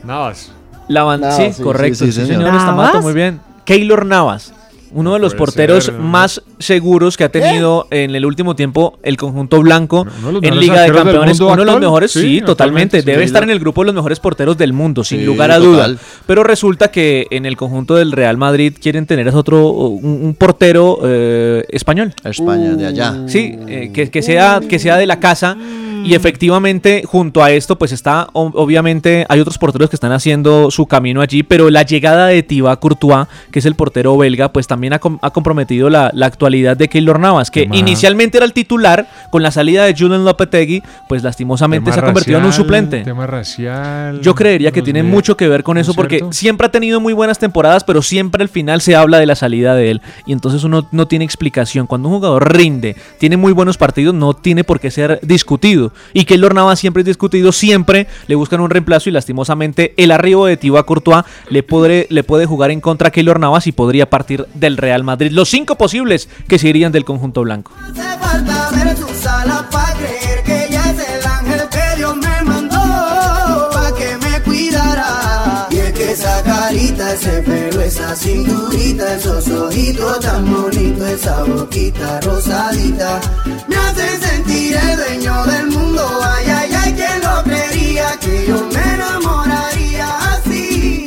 Navas. Lavan- um, Navas, sí, sí, correcto. Sí, sí, sí, señor. señor. está ¿Navas? mato, muy bien. Keylor Navas. Uno de los puede porteros ser, ¿no? más seguros que ¿Eh? ha tenido en el último tiempo el conjunto blanco uno de en los mejores Liga de arqueros del Campeones. mundo Uno de los actual. mejores, Sí, sí, actualmente, totalmente. sí. Debe Keylor. estar en el grupo de los mejores porteros del mundo, sin Sí, lugar a total. duda. Pero resulta que en el conjunto del Real Madrid quieren tener a otro, un, un portero eh, español. España, de allá. Sí, eh, que, que sea, que sea de la casa. Y efectivamente, junto a esto, pues está, o- obviamente, hay otros porteros que están haciendo su camino allí, pero la llegada de Thibaut Courtois, que es el portero belga, pues también ha, com- ha comprometido la, la actualidad de Keylor Navas, que Tema- inicialmente era el titular, con la salida de Julian Lopetegui, pues lastimosamente Tema se ha convertido en un racial, suplente. Tema racial. Yo creería que tiene de- mucho que ver con ¿no eso es porque cierto? siempre ha tenido muy buenas temporadas, pero siempre al final se habla de la salida de él. Y entonces uno no tiene explicación. Cuando un jugador rinde, tiene muy buenos partidos, no tiene por qué ser discutido. Y que el Navas siempre es discutido, siempre le buscan un reemplazo y lastimosamente el arribo de Thibaut Courtois le, podre- le puede jugar en contra a Keylor Navas y podría partir del Real Madrid. Los cinco posibles que se irían del conjunto blanco. Hace falta ver tus alas para creer que ya es el ángel que Dios me mandó pa' que me cuidara. Y es que esa carita, ese pelo, esa cinturita, esos ojitos tan bonitos, esa boquita rosadita, me hace sentir el dueño del mundo. Ay, ay, ay, ¿quién lo creería que yo me enamoraría así?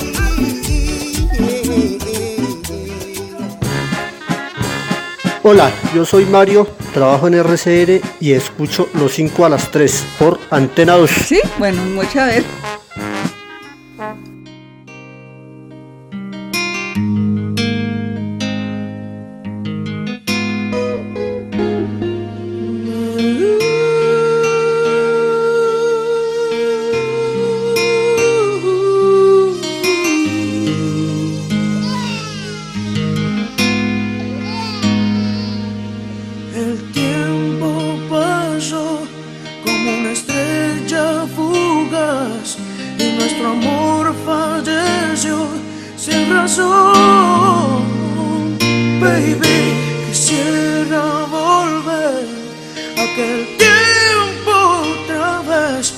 Hola, yo soy Mario, trabajo en RCR y escucho los 5 a las 3 por Antena 2. Sí, bueno, mucha ver. razón, baby. Quisiera volver a aquel tiempo otra vez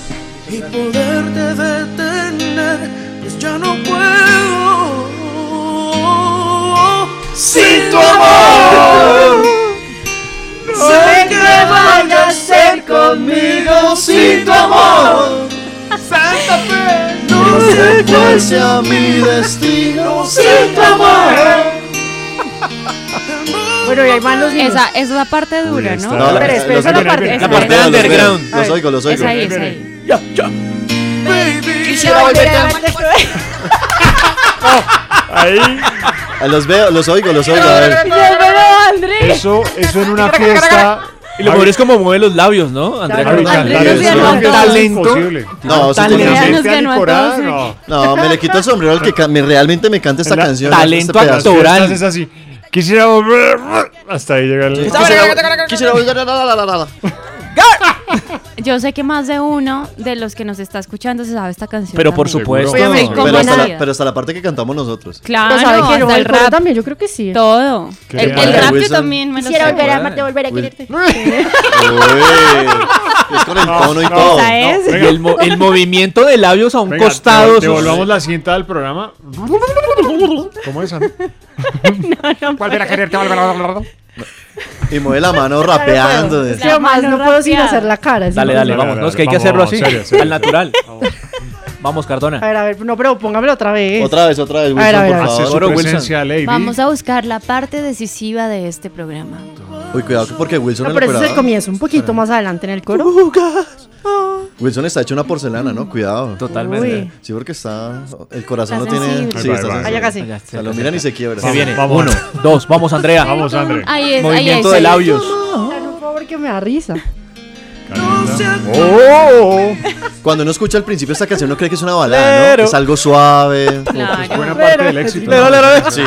y poderte detener, pues ya no puedo. Sin tu amor, Sé que van a ser conmigo sin tu amor. Santa Fe, no sé cuál sea mi destino sin tu amor. Bueno, y ahí van los niños. Esa, esa es la parte dura, ¿no? No, Espera, espera, esa es la parte. esa es la- underground. Los Ay. oigo, los oigo. Es ahí, es ahí. Quisiera volverte a amar. Ahí. Ah, Los veo, los oigo, los oigo. A ver. Eso, eso en una fiesta. Y lo peor es como mueve los labios, ¿no? Andrea Claro, Corral. Andrea Corral. Tiene un Andrea Corral. Imposible. No, sí, talento. tenía- Nos ganó a todos aquí. No, me le quito el sombrero al que ca- me- realmente me canta esta La- canción. talento este pedazo. actoral. Es así. Quisiera volver. Hasta ahí llega el. Quisiera- Quisiera volver a la, la, la, la, la. [LAUGHS] Yo sé que más de uno de los que nos está escuchando se sabe esta canción. Pero por también. supuesto. Obviamente, Pero como hasta, nadie. la, pero hasta la parte que cantamos nosotros. Claro, Pero Pues, sabe que hasta no, el el coro rap. también, yo creo que sí. Todo. Qué El, el padre, rap yo Wilson. también me lo Quisiera sé. volver a amarte, volver a quererte. Uy, es con el tono y no, todo. Ah, esa es. Y el, mo- el movimiento de labios a un Venga, costado. te- devolvamos la cinta del programa. ¿Cómo es? Ana? Volver a quererte, volver a Y mueve la mano rapeando. Este, Es que además no puedo sin hacer la cara. es Dale, dale, imposible. vamos. No, es que hay que vamos, hacerlo vamos, así, serio, serio. al [LAUGHS] natural. Vamos, A Cardona. ver, a ver, no, pero póngamelo otra vez. Otra vez, otra vez, A ver, a ver, a Wilson, por ver. favor. Hace su Wilson. presencia, Vamos a buscar la parte decisiva de este programa. Uy, cuidado, porque Wilson, No, en el pero ese es el programa- comienzo, un poquito más adelante en el coro. Wilson está hecho una porcelana, ¿no? Cuidado. Totalmente. Uy. Sí, porque está. El corazón Está no tiene. sensible. Sí, Ahí va, está ahí va. sensible. Allá casi. O sea, lo miran y se quiebra. Se viene. Uno, dos, vamos, Andrea. Vamos, Andrea. Ahí es, ahí es. Movimiento de labios. Por favor, que me da risa. Oh. Cuando uno escucha al principio esta canción, uno cree que es una balada, ¿no? Pero- Es algo suave. Claro. Es buena parte del éxito. Pero, pero, pero. Sí.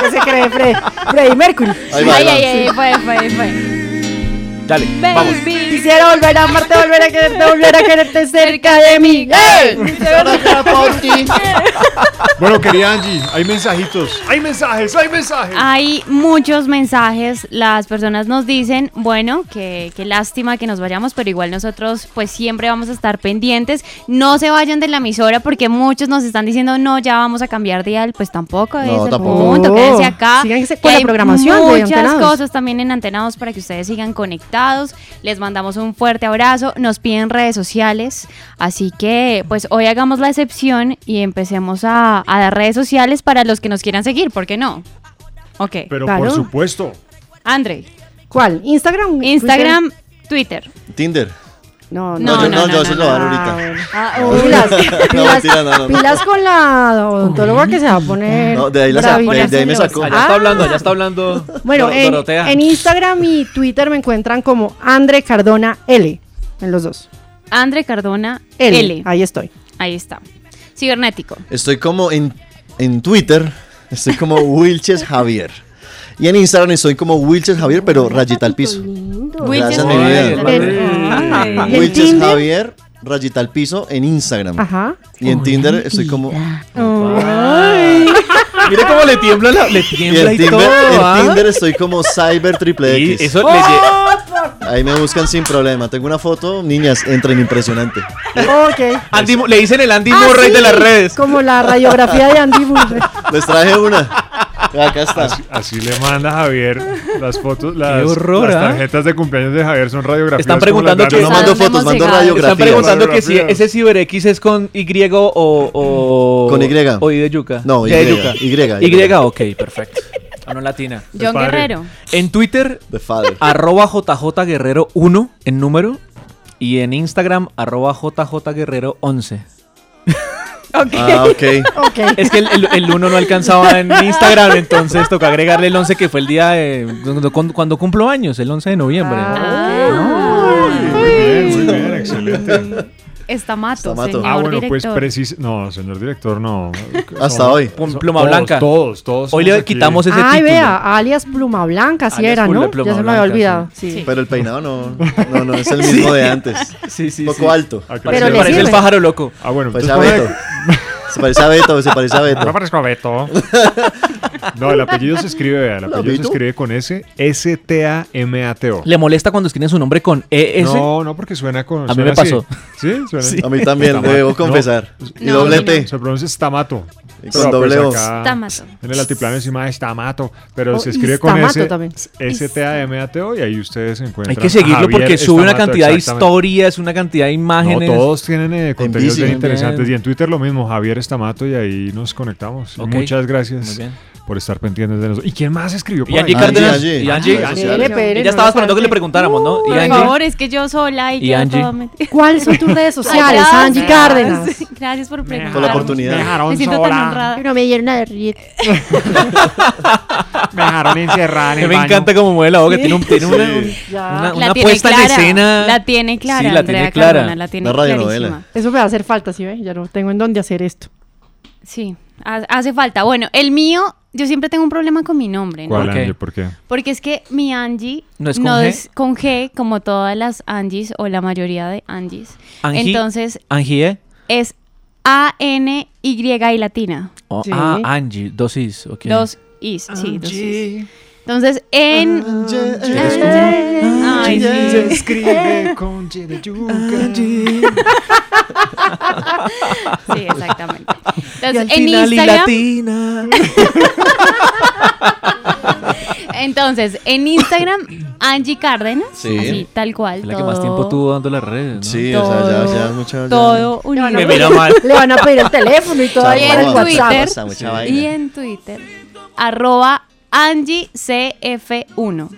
¿Qué se cree Fre- Freddie Mercury? Ahí va, Ay, ahí ay, ay, fue, fue, fue. Dale, vamos. Baby. Quisiera volver a amarte, volver a quererte, volver a quererte cerca de mí. ¡Eh! Bueno, querida Angie, hay mensajitos. Hay mensajes, hay mensajes. Hay muchos mensajes, las personas nos dicen, bueno, que, que lástima que nos vayamos, pero igual nosotros pues siempre vamos a estar pendientes, no se vayan de la emisora porque muchos nos están diciendo, no, ya vamos a cambiar dial, pues tampoco es el tampoco. punto, No, quédense acá. síganse con que la hay programación de Muchas Antenados. cosas también en Antenados para que ustedes sigan conectados, les mandamos un fuerte abrazo, nos piden redes sociales, así que pues hoy hagamos la excepción y empecemos a, a dar redes sociales para los que nos quieran seguir, ¿por qué no? Ok. Pero por supuesto. Andre. ¿Cuál? ¿Instagram? Instagram, Twitter. Tinder. No, No, yo no, yo eso lo abro ahorita. Ah, oh, pilas, [LAUGHS] No, pilas, mentira, no, no, no. pilas con la odontóloga que se va a poner. No, de ahí, la sa- bravísima. de- de ahí me sacó. Ya está hablando, ya está hablando. Ah. Bueno, Dor- en, Dorotea. en Instagram y Twitter me encuentran como Andre Cardona L. En los dos. Andre Cardona L. L. Ahí estoy. Ahí está. Cibernético. Estoy como en, en Twitter, estoy como Wilches Javier. Y en Instagram estoy como Wilches Javier, pero rayita al piso. Wilches Gracias, mi vida. Ay. ¿Y en Wilches Tinder? Javier, rayita al piso en Instagram. Ajá. Y en Tinder estoy como. Ah, Mira cómo le tiembla la, le Y tiembla en y, Tinder, en todo. ¿ah? Tinder estoy como Cyber Triple X. Y eso le lle- Ahí me buscan sin problema. Tengo una foto, niñas, entren impresionante. Ok. Andy Mo- le dicen el Andy Ah, Murray sí, de las redes. Como la radiografía de Andy Murray. Les traje una. [LAUGHS] Acá está. Así, así le manda Javier las fotos. Las, horror, las ¿ah? tarjetas de cumpleaños de Javier son radiografías. Están como preguntando las que de Ana. Están preguntando que si Radiografías. ese CyberX es con Y o, o Con Y. o I de yuca. No, Ya de Y, yuca. Y, Y, ok, perfecto. Ah, no latina. John Guerrero. En Twitter, The Father. arroba JJ Guerrero 1 en número y en Instagram arroba JJ Guerrero 11. [LAUGHS] Ah, ok. Ok. Es que el, el, 1 no alcanzaba en Instagram, entonces toca agregarle el 11 que fue el día de, cuando, cuando cumplo años, el 11 de noviembre. Ah. Ah, Muy bien, muy bien, excelente. Está mato, señor Ah, bueno, pues director. preciso. No, señor director, no. Hasta Somos- hoy. Pon so- pluma todos, blanca. Todos, todos. Hoy le somos aquí. quitamos ese Ay, título. vea, alias Pluma Blanca, así Alias era, Pluma- ¿no? Pluma ya se me había Blanca, olvidado. Sí. Pero el peinado no, no, no es el mismo de antes. Sí, sí, Un sí. poco alto. Parece, le parece el sirve. pájaro loco. Ah, bueno, Pues entonces ya puede- veto. Se parece a Beto, se [LAUGHS] parece a Beto. No parezco a [LAUGHS] Beto. No, el apellido se escribe, vea, el apellido se ¿Lamito? escribe con S, S-T-A-M-A-T-O. ¿Le molesta cuando escriben su nombre con ES? No, no, porque suena con. A mí suena me pasó. así. Sí, suena Sí. así. A mí también, Tamato. debo confesar. Y No, doble a mí T. no. Se pronuncia Stamato. Y Pero, con doble pues, O. acá, Stamato. En el altiplano encima de Stamato. Pero Oh, se y escribe con Stamato S. también. S-T-A-M-A-T-O y ahí ustedes encuentran. Hay que seguirlo Javier porque sube una Stamato, cantidad de exactamente. historias, una cantidad de imágenes. No, todos tienen eh, contenidos bici. bien Bien. interesantes. Y en Twitter lo mismo, Javier Estamato, y ahí nos conectamos. Ok. Muchas gracias Muy bien. por estar pendientes de nosotros. ¿Y quién más escribió? por Y Angie ahí? Ah, Cárdenas. Y Angie. Pere, Pere, Ella no estaba lo esperando que le salte. preguntáramos, ¿no? Y Por Angie. favor, es que yo sola Y y, yo Angie. toda metida. ¿Cuáles son tus redes sociales, [LAUGHS] Ay, Angie gracias. Cárdenas? [LAUGHS] Gracias por preguntar. Por la oportunidad. Me siento tan honrada. Pero me dieron a red. Me dejaron encerrada en Que el me baño. encanta cómo mueve la boca. Tiene, un, tiene una, La una, una tiene puesta en clara, escena. La tiene clara, Sí, la Andrea tiene clara. Cardona, la tiene Una radionovela. clarísima. Eso me va a hacer falta, ¿sí ve? Ya no tengo en dónde hacer esto. Sí, ha- hace falta. Bueno, el mío, yo siempre tengo un problema con mi nombre, ¿no? ¿Cuál, ¿Por qué? Angie? ¿Por qué? Porque es que mi Angie ¿No es con G? con G, como todas las Angies o la mayoría de Angies. Angie- Entonces Angie, ¿eh? es A-N-Y y latina. Oh, Ah, Angie, dosis. Okay. Dos is, sí, dos is. Entonces, en... Ay, sí. Se escribe con Y de yuca. Sí, exactamente. Entonces, Y al en final, y Instagram. latina. [LAUGHS] Entonces, en Instagram, Angie Cárdenas. Sí. Así, tal cual. La que todo, más tiempo tuvo dando las redes. ¿no? Sí, o sea, ya, ya, mucha. ya- Todo un van a Me pedir- mira mal. Le van a pedir el teléfono y todo Chao, ahí para el guapa, WhatsApp. guapa, mucha vaina. Y en Twitter, arroba AngieCF1.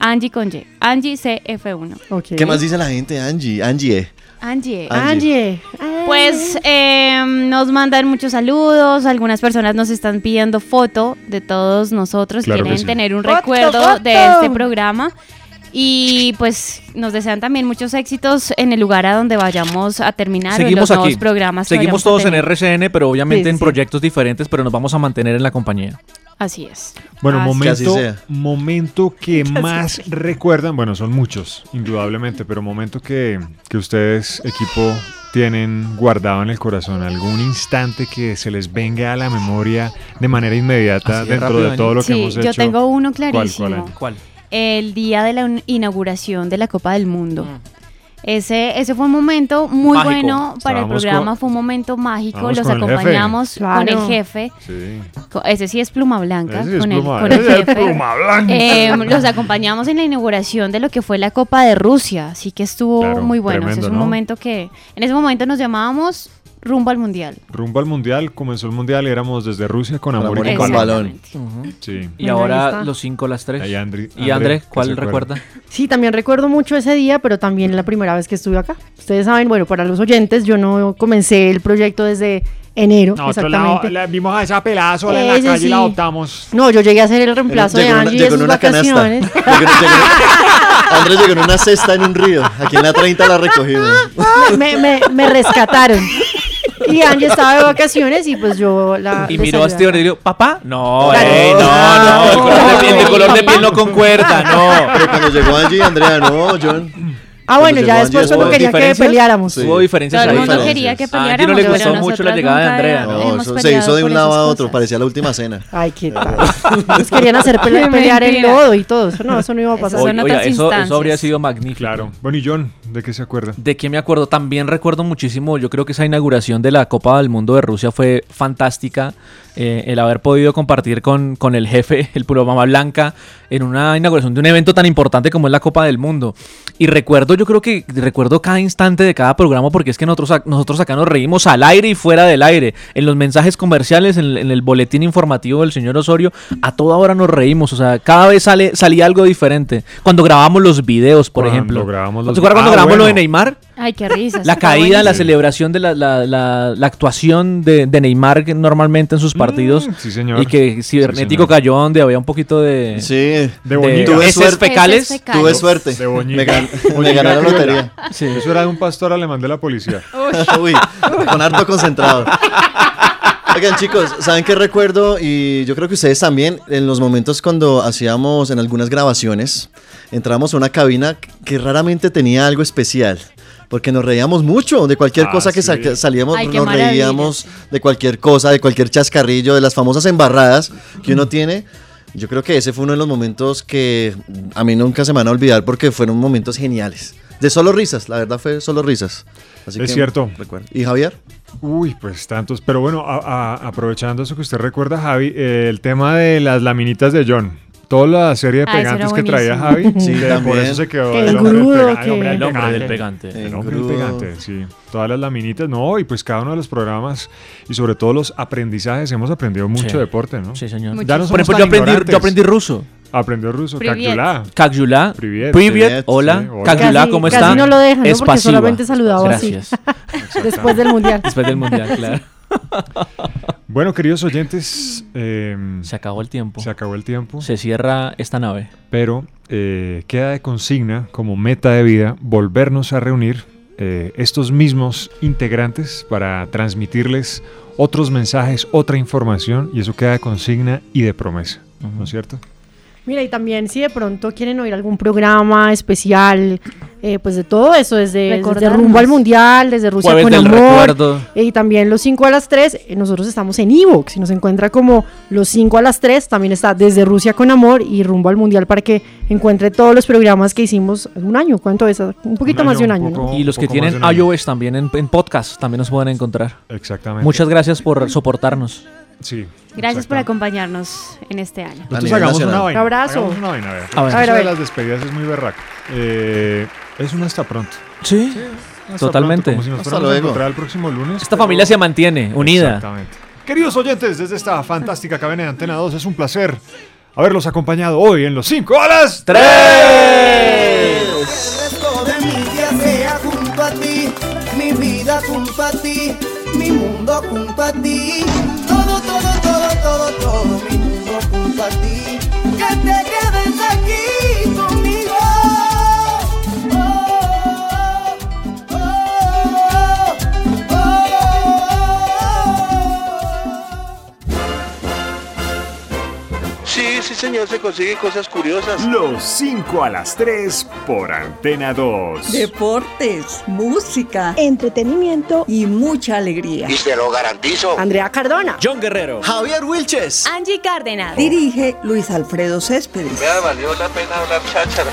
Angie con Y. Angie CF1. ¿Qué más dice la gente, Angie? Angie. eh. Angie. Angie. Pues eh, nos mandan muchos saludos. Algunas personas nos están pidiendo foto de todos nosotros. Claro que Quieren sí. tener un Foto, recuerdo foto. de este programa. Y pues nos desean también muchos éxitos en el lugar a donde vayamos a terminar o en Seguimos los nuevos aquí. programas. que Seguimos vayamos a todos en tener. RCN, pero obviamente Sí, sí, en sí. proyectos diferentes, pero nos vamos a mantener en la compañía. Así es. Ah, Bueno, Así es. momento, sea. momento que más recuerdan, bueno, son muchos, indudablemente, pero momento que, que ustedes, equipo, tienen guardado en el corazón, algún instante que se les venga a la memoria de manera inmediata Así de dentro rápido, de todo Dani. lo que Sí, hemos yo hecho. tengo uno ¿Cuál, cuál, clarísimo. Angie? ¿Cuál? el día de la un- inauguración de la Copa del Mundo. Ese, ese fue un momento muy Mm. Mágico. bueno para Estábamos el programa, con- fue un momento mágico, Estábamos los con el jefe. acompañamos con el Claro. jefe. Sí. Co- Ese sí es pluma blanca. Ese sí es con el- pluma- con el ese es jefe. pluma blanca. Eh, los acompañamos en la inauguración de lo que fue la Copa de Rusia, así que estuvo Claro, muy bueno. ese tremendo, es un ¿no? momento que, en ese momento nos llamábamos rumbo al mundial. Rumbo al Mundial, comenzó el Mundial, éramos desde Rusia con amor, y con balón. Sí. Y ahora los cinco a las tres. Ahí Andri- y André, André, ¿qué se ¿cuál acuerda? recuerda? Sí, también recuerdo mucho ese día, pero también la primera vez que estuve acá. Ustedes saben, bueno, para los oyentes, yo no comencé el proyecto desde enero. Nosotros la- exactamente. la- vimos a esa pelada sola en la Ese calle y sí. la adoptamos. No, yo llegué a hacer el reemplazo Llegó de en una- Angie llegó de sus en una canasta. vacaciones. [LAUGHS] Andrés llegó en una cesta en un río. Aquí en la 30 la recogimos. me, me- me rescataron. Y Angie estaba de vacaciones y pues yo Ah, la. Y les miró a ayudé. Esteban y dijo, papá, no, Claro. ey, no, no, el color de piel, el color de piel no concuerda, no. Pero cuando llegó Angie, Andrea, no, John. Ah, bueno, Cuando ya llegó después Angie, solo ¿hubo quería que diferencias? peleáramos. Sí. Hubo diferencias Todo el ahí. mundo quería que Ah, a peleáramos, Angie no pero le gustó mucho nosotras la llegada de nunca Andrea. No, No, hemos eso se peleado hizo de por un lado esas a otro, parecía la última cena. Ay, qué tal. Nos Pues querían hacer pele- Qué pelear el mentira. lodo y todo. Eso no, eso no iba a pasar. Oye, oiga, eso, eh, eso habría sido magnífico. Claro. Bueno, ¿y John, de qué se acuerda? ¿De qué me acuerdo? También recuerdo muchísimo, yo creo que esa inauguración de la Copa del Mundo de Rusia fue fantástica. Eh, el haber podido compartir con, con el jefe, el Pulomama Blanca, en una inauguración de un evento tan importante como es la Copa del Mundo. Y recuerdo, yo creo que recuerdo cada instante de cada programa porque es que nosotros, ac- nosotros acá nos reímos al aire y fuera del aire. En los mensajes comerciales, en, el- en el boletín informativo del señor Osorio, a toda hora nos reímos. O sea, cada vez sale, salía algo diferente. Cuando grabamos los videos, por Cuando ejemplo. grabamos los ¿Te acuerdas cuando vi- Ah, grabamos lo de bueno. Neymar? Ay, qué risas. La está caída, la buenísimo. celebración de la, la- la- la actuación de, de Neymar que normalmente en sus partidos. Mm, sí, señor. Y que cibernético cayó donde había un poquito de. Sí, boñiga. heces suerte. fecales. Heces fecales. Tuve suerte. De boñiga. Me, gan- me [LAUGHS] Boñiga gané la criolla. lotería. Eso era de un pastor alemán de la policía. Uy, con harto concentrado. Oigan, chicos, ¿saben qué recuerdo? Y yo creo que ustedes también, en los momentos cuando hacíamos en algunas grabaciones, entramos a una cabina que raramente tenía algo especial. porque nos reíamos mucho de cualquier Ah, cosa que sa- sí. salíamos, Ay, qué nos maravilla, reíamos de cualquier cosa, de cualquier chascarrillo, de las famosas embarradas que uno tiene. Yo creo que ese fue uno de los momentos que a mí nunca se me van a olvidar porque fueron momentos geniales. De solo risas, la verdad fue solo risas. Así Es que cierto. recuerdo. ¿Y Javier? Uy, pues tantos. Pero bueno, a- a- aprovechando eso que usted recuerda, Javi, eh, el tema de las laminitas de John. Toda la serie de Ay, Ah, eso era pegantes que traía Javi. buenísimo. [LAUGHS] Sí, que Por también. eso se quedó El del grudo pega- que- El hombre del pegante. El El hombre del grudo. pegante, sí. Todas las laminitas, no. Y pues cada uno de los programas y sobre todo los aprendizajes, hemos aprendido mucho Sí. deporte, ¿no? Sí, señor. Ya no Por somos ejemplo, tan yo aprendí- yo ignorantes. aprendí ruso. Aprendió ruso. Privet. Kakyula. Kakyula. Privet. Privet, hola. sí, Kakyula, Casi- ¿cómo casi está? no lo dejan, ¿no? Es Porque pasiva. solamente saludaba así. Gracias. [LAUGHS] Después del mundial. Después [LAUGHS] del mundial, claro. Bueno, queridos oyentes. se acabó el tiempo. Se acabó el tiempo. Se cierra esta nave. Pero eh, queda de consigna como meta de vida volvernos a reunir eh, estos mismos integrantes para transmitirles otros mensajes, otra información, y eso queda de consigna y de promesa, ¿no es cierto? Mira, y también si de pronto quieren oír algún programa especial, eh, pues de todo eso, desde, desde Recordarnos. Rumbo al Mundial, desde Rusia Jueves con del Amor, Recuerdo. eh, y también los 5 a las 3, eh, nosotros estamos en Evox, y nos encuentra como los 5 a las 3, también está desde Rusia con Amor y Rumbo al Mundial para que encuentre todos los programas que hicimos hace un año, ¿cuánto es? Un poquito más de un año, ¿no? Y los que poco más tienen de un año. iOS también en, en podcast también nos pueden encontrar. Exactamente. Muchas gracias por soportarnos. Sí. Gracias por acompañarnos en este año. Nosotros hagamos una vaina. Abrazo. Hagamos una vaina, Ah, a ver. A ver. Eso A ver, a de ver. las despedidas es muy berraco. Eh, es un hasta pronto. Sí, hasta totalmente. pronto, como si nos Hasta fuéramos a luego. encontrar el próximo lunes. Esta pero- familia se mantiene unida. Exactamente. Queridos oyentes, desde esta fantástica cabina de Antena 2, es un placer haberlos acompañado hoy en los 5 horas 3. resto de mi día sea junto a ti, mi vida junto a ti, mi mundo junto a ti, todo, todo, todo, todo, todo, mi mundo junto a ti, que te quedes aquí conmigo. Oh, oh, oh, oh, Sí, sí, señor, se consigue cosas curiosas. Los 5 a las 3 por Antena 2. Deportes, música, entretenimiento y mucha alegría. se lo garantizo. Andrea Cardona. John Guerrero. Javier Wilches. Angie Cárdenas. Dirige Luis Alfredo Céspedes. Ya valió la pena hablar cháchara.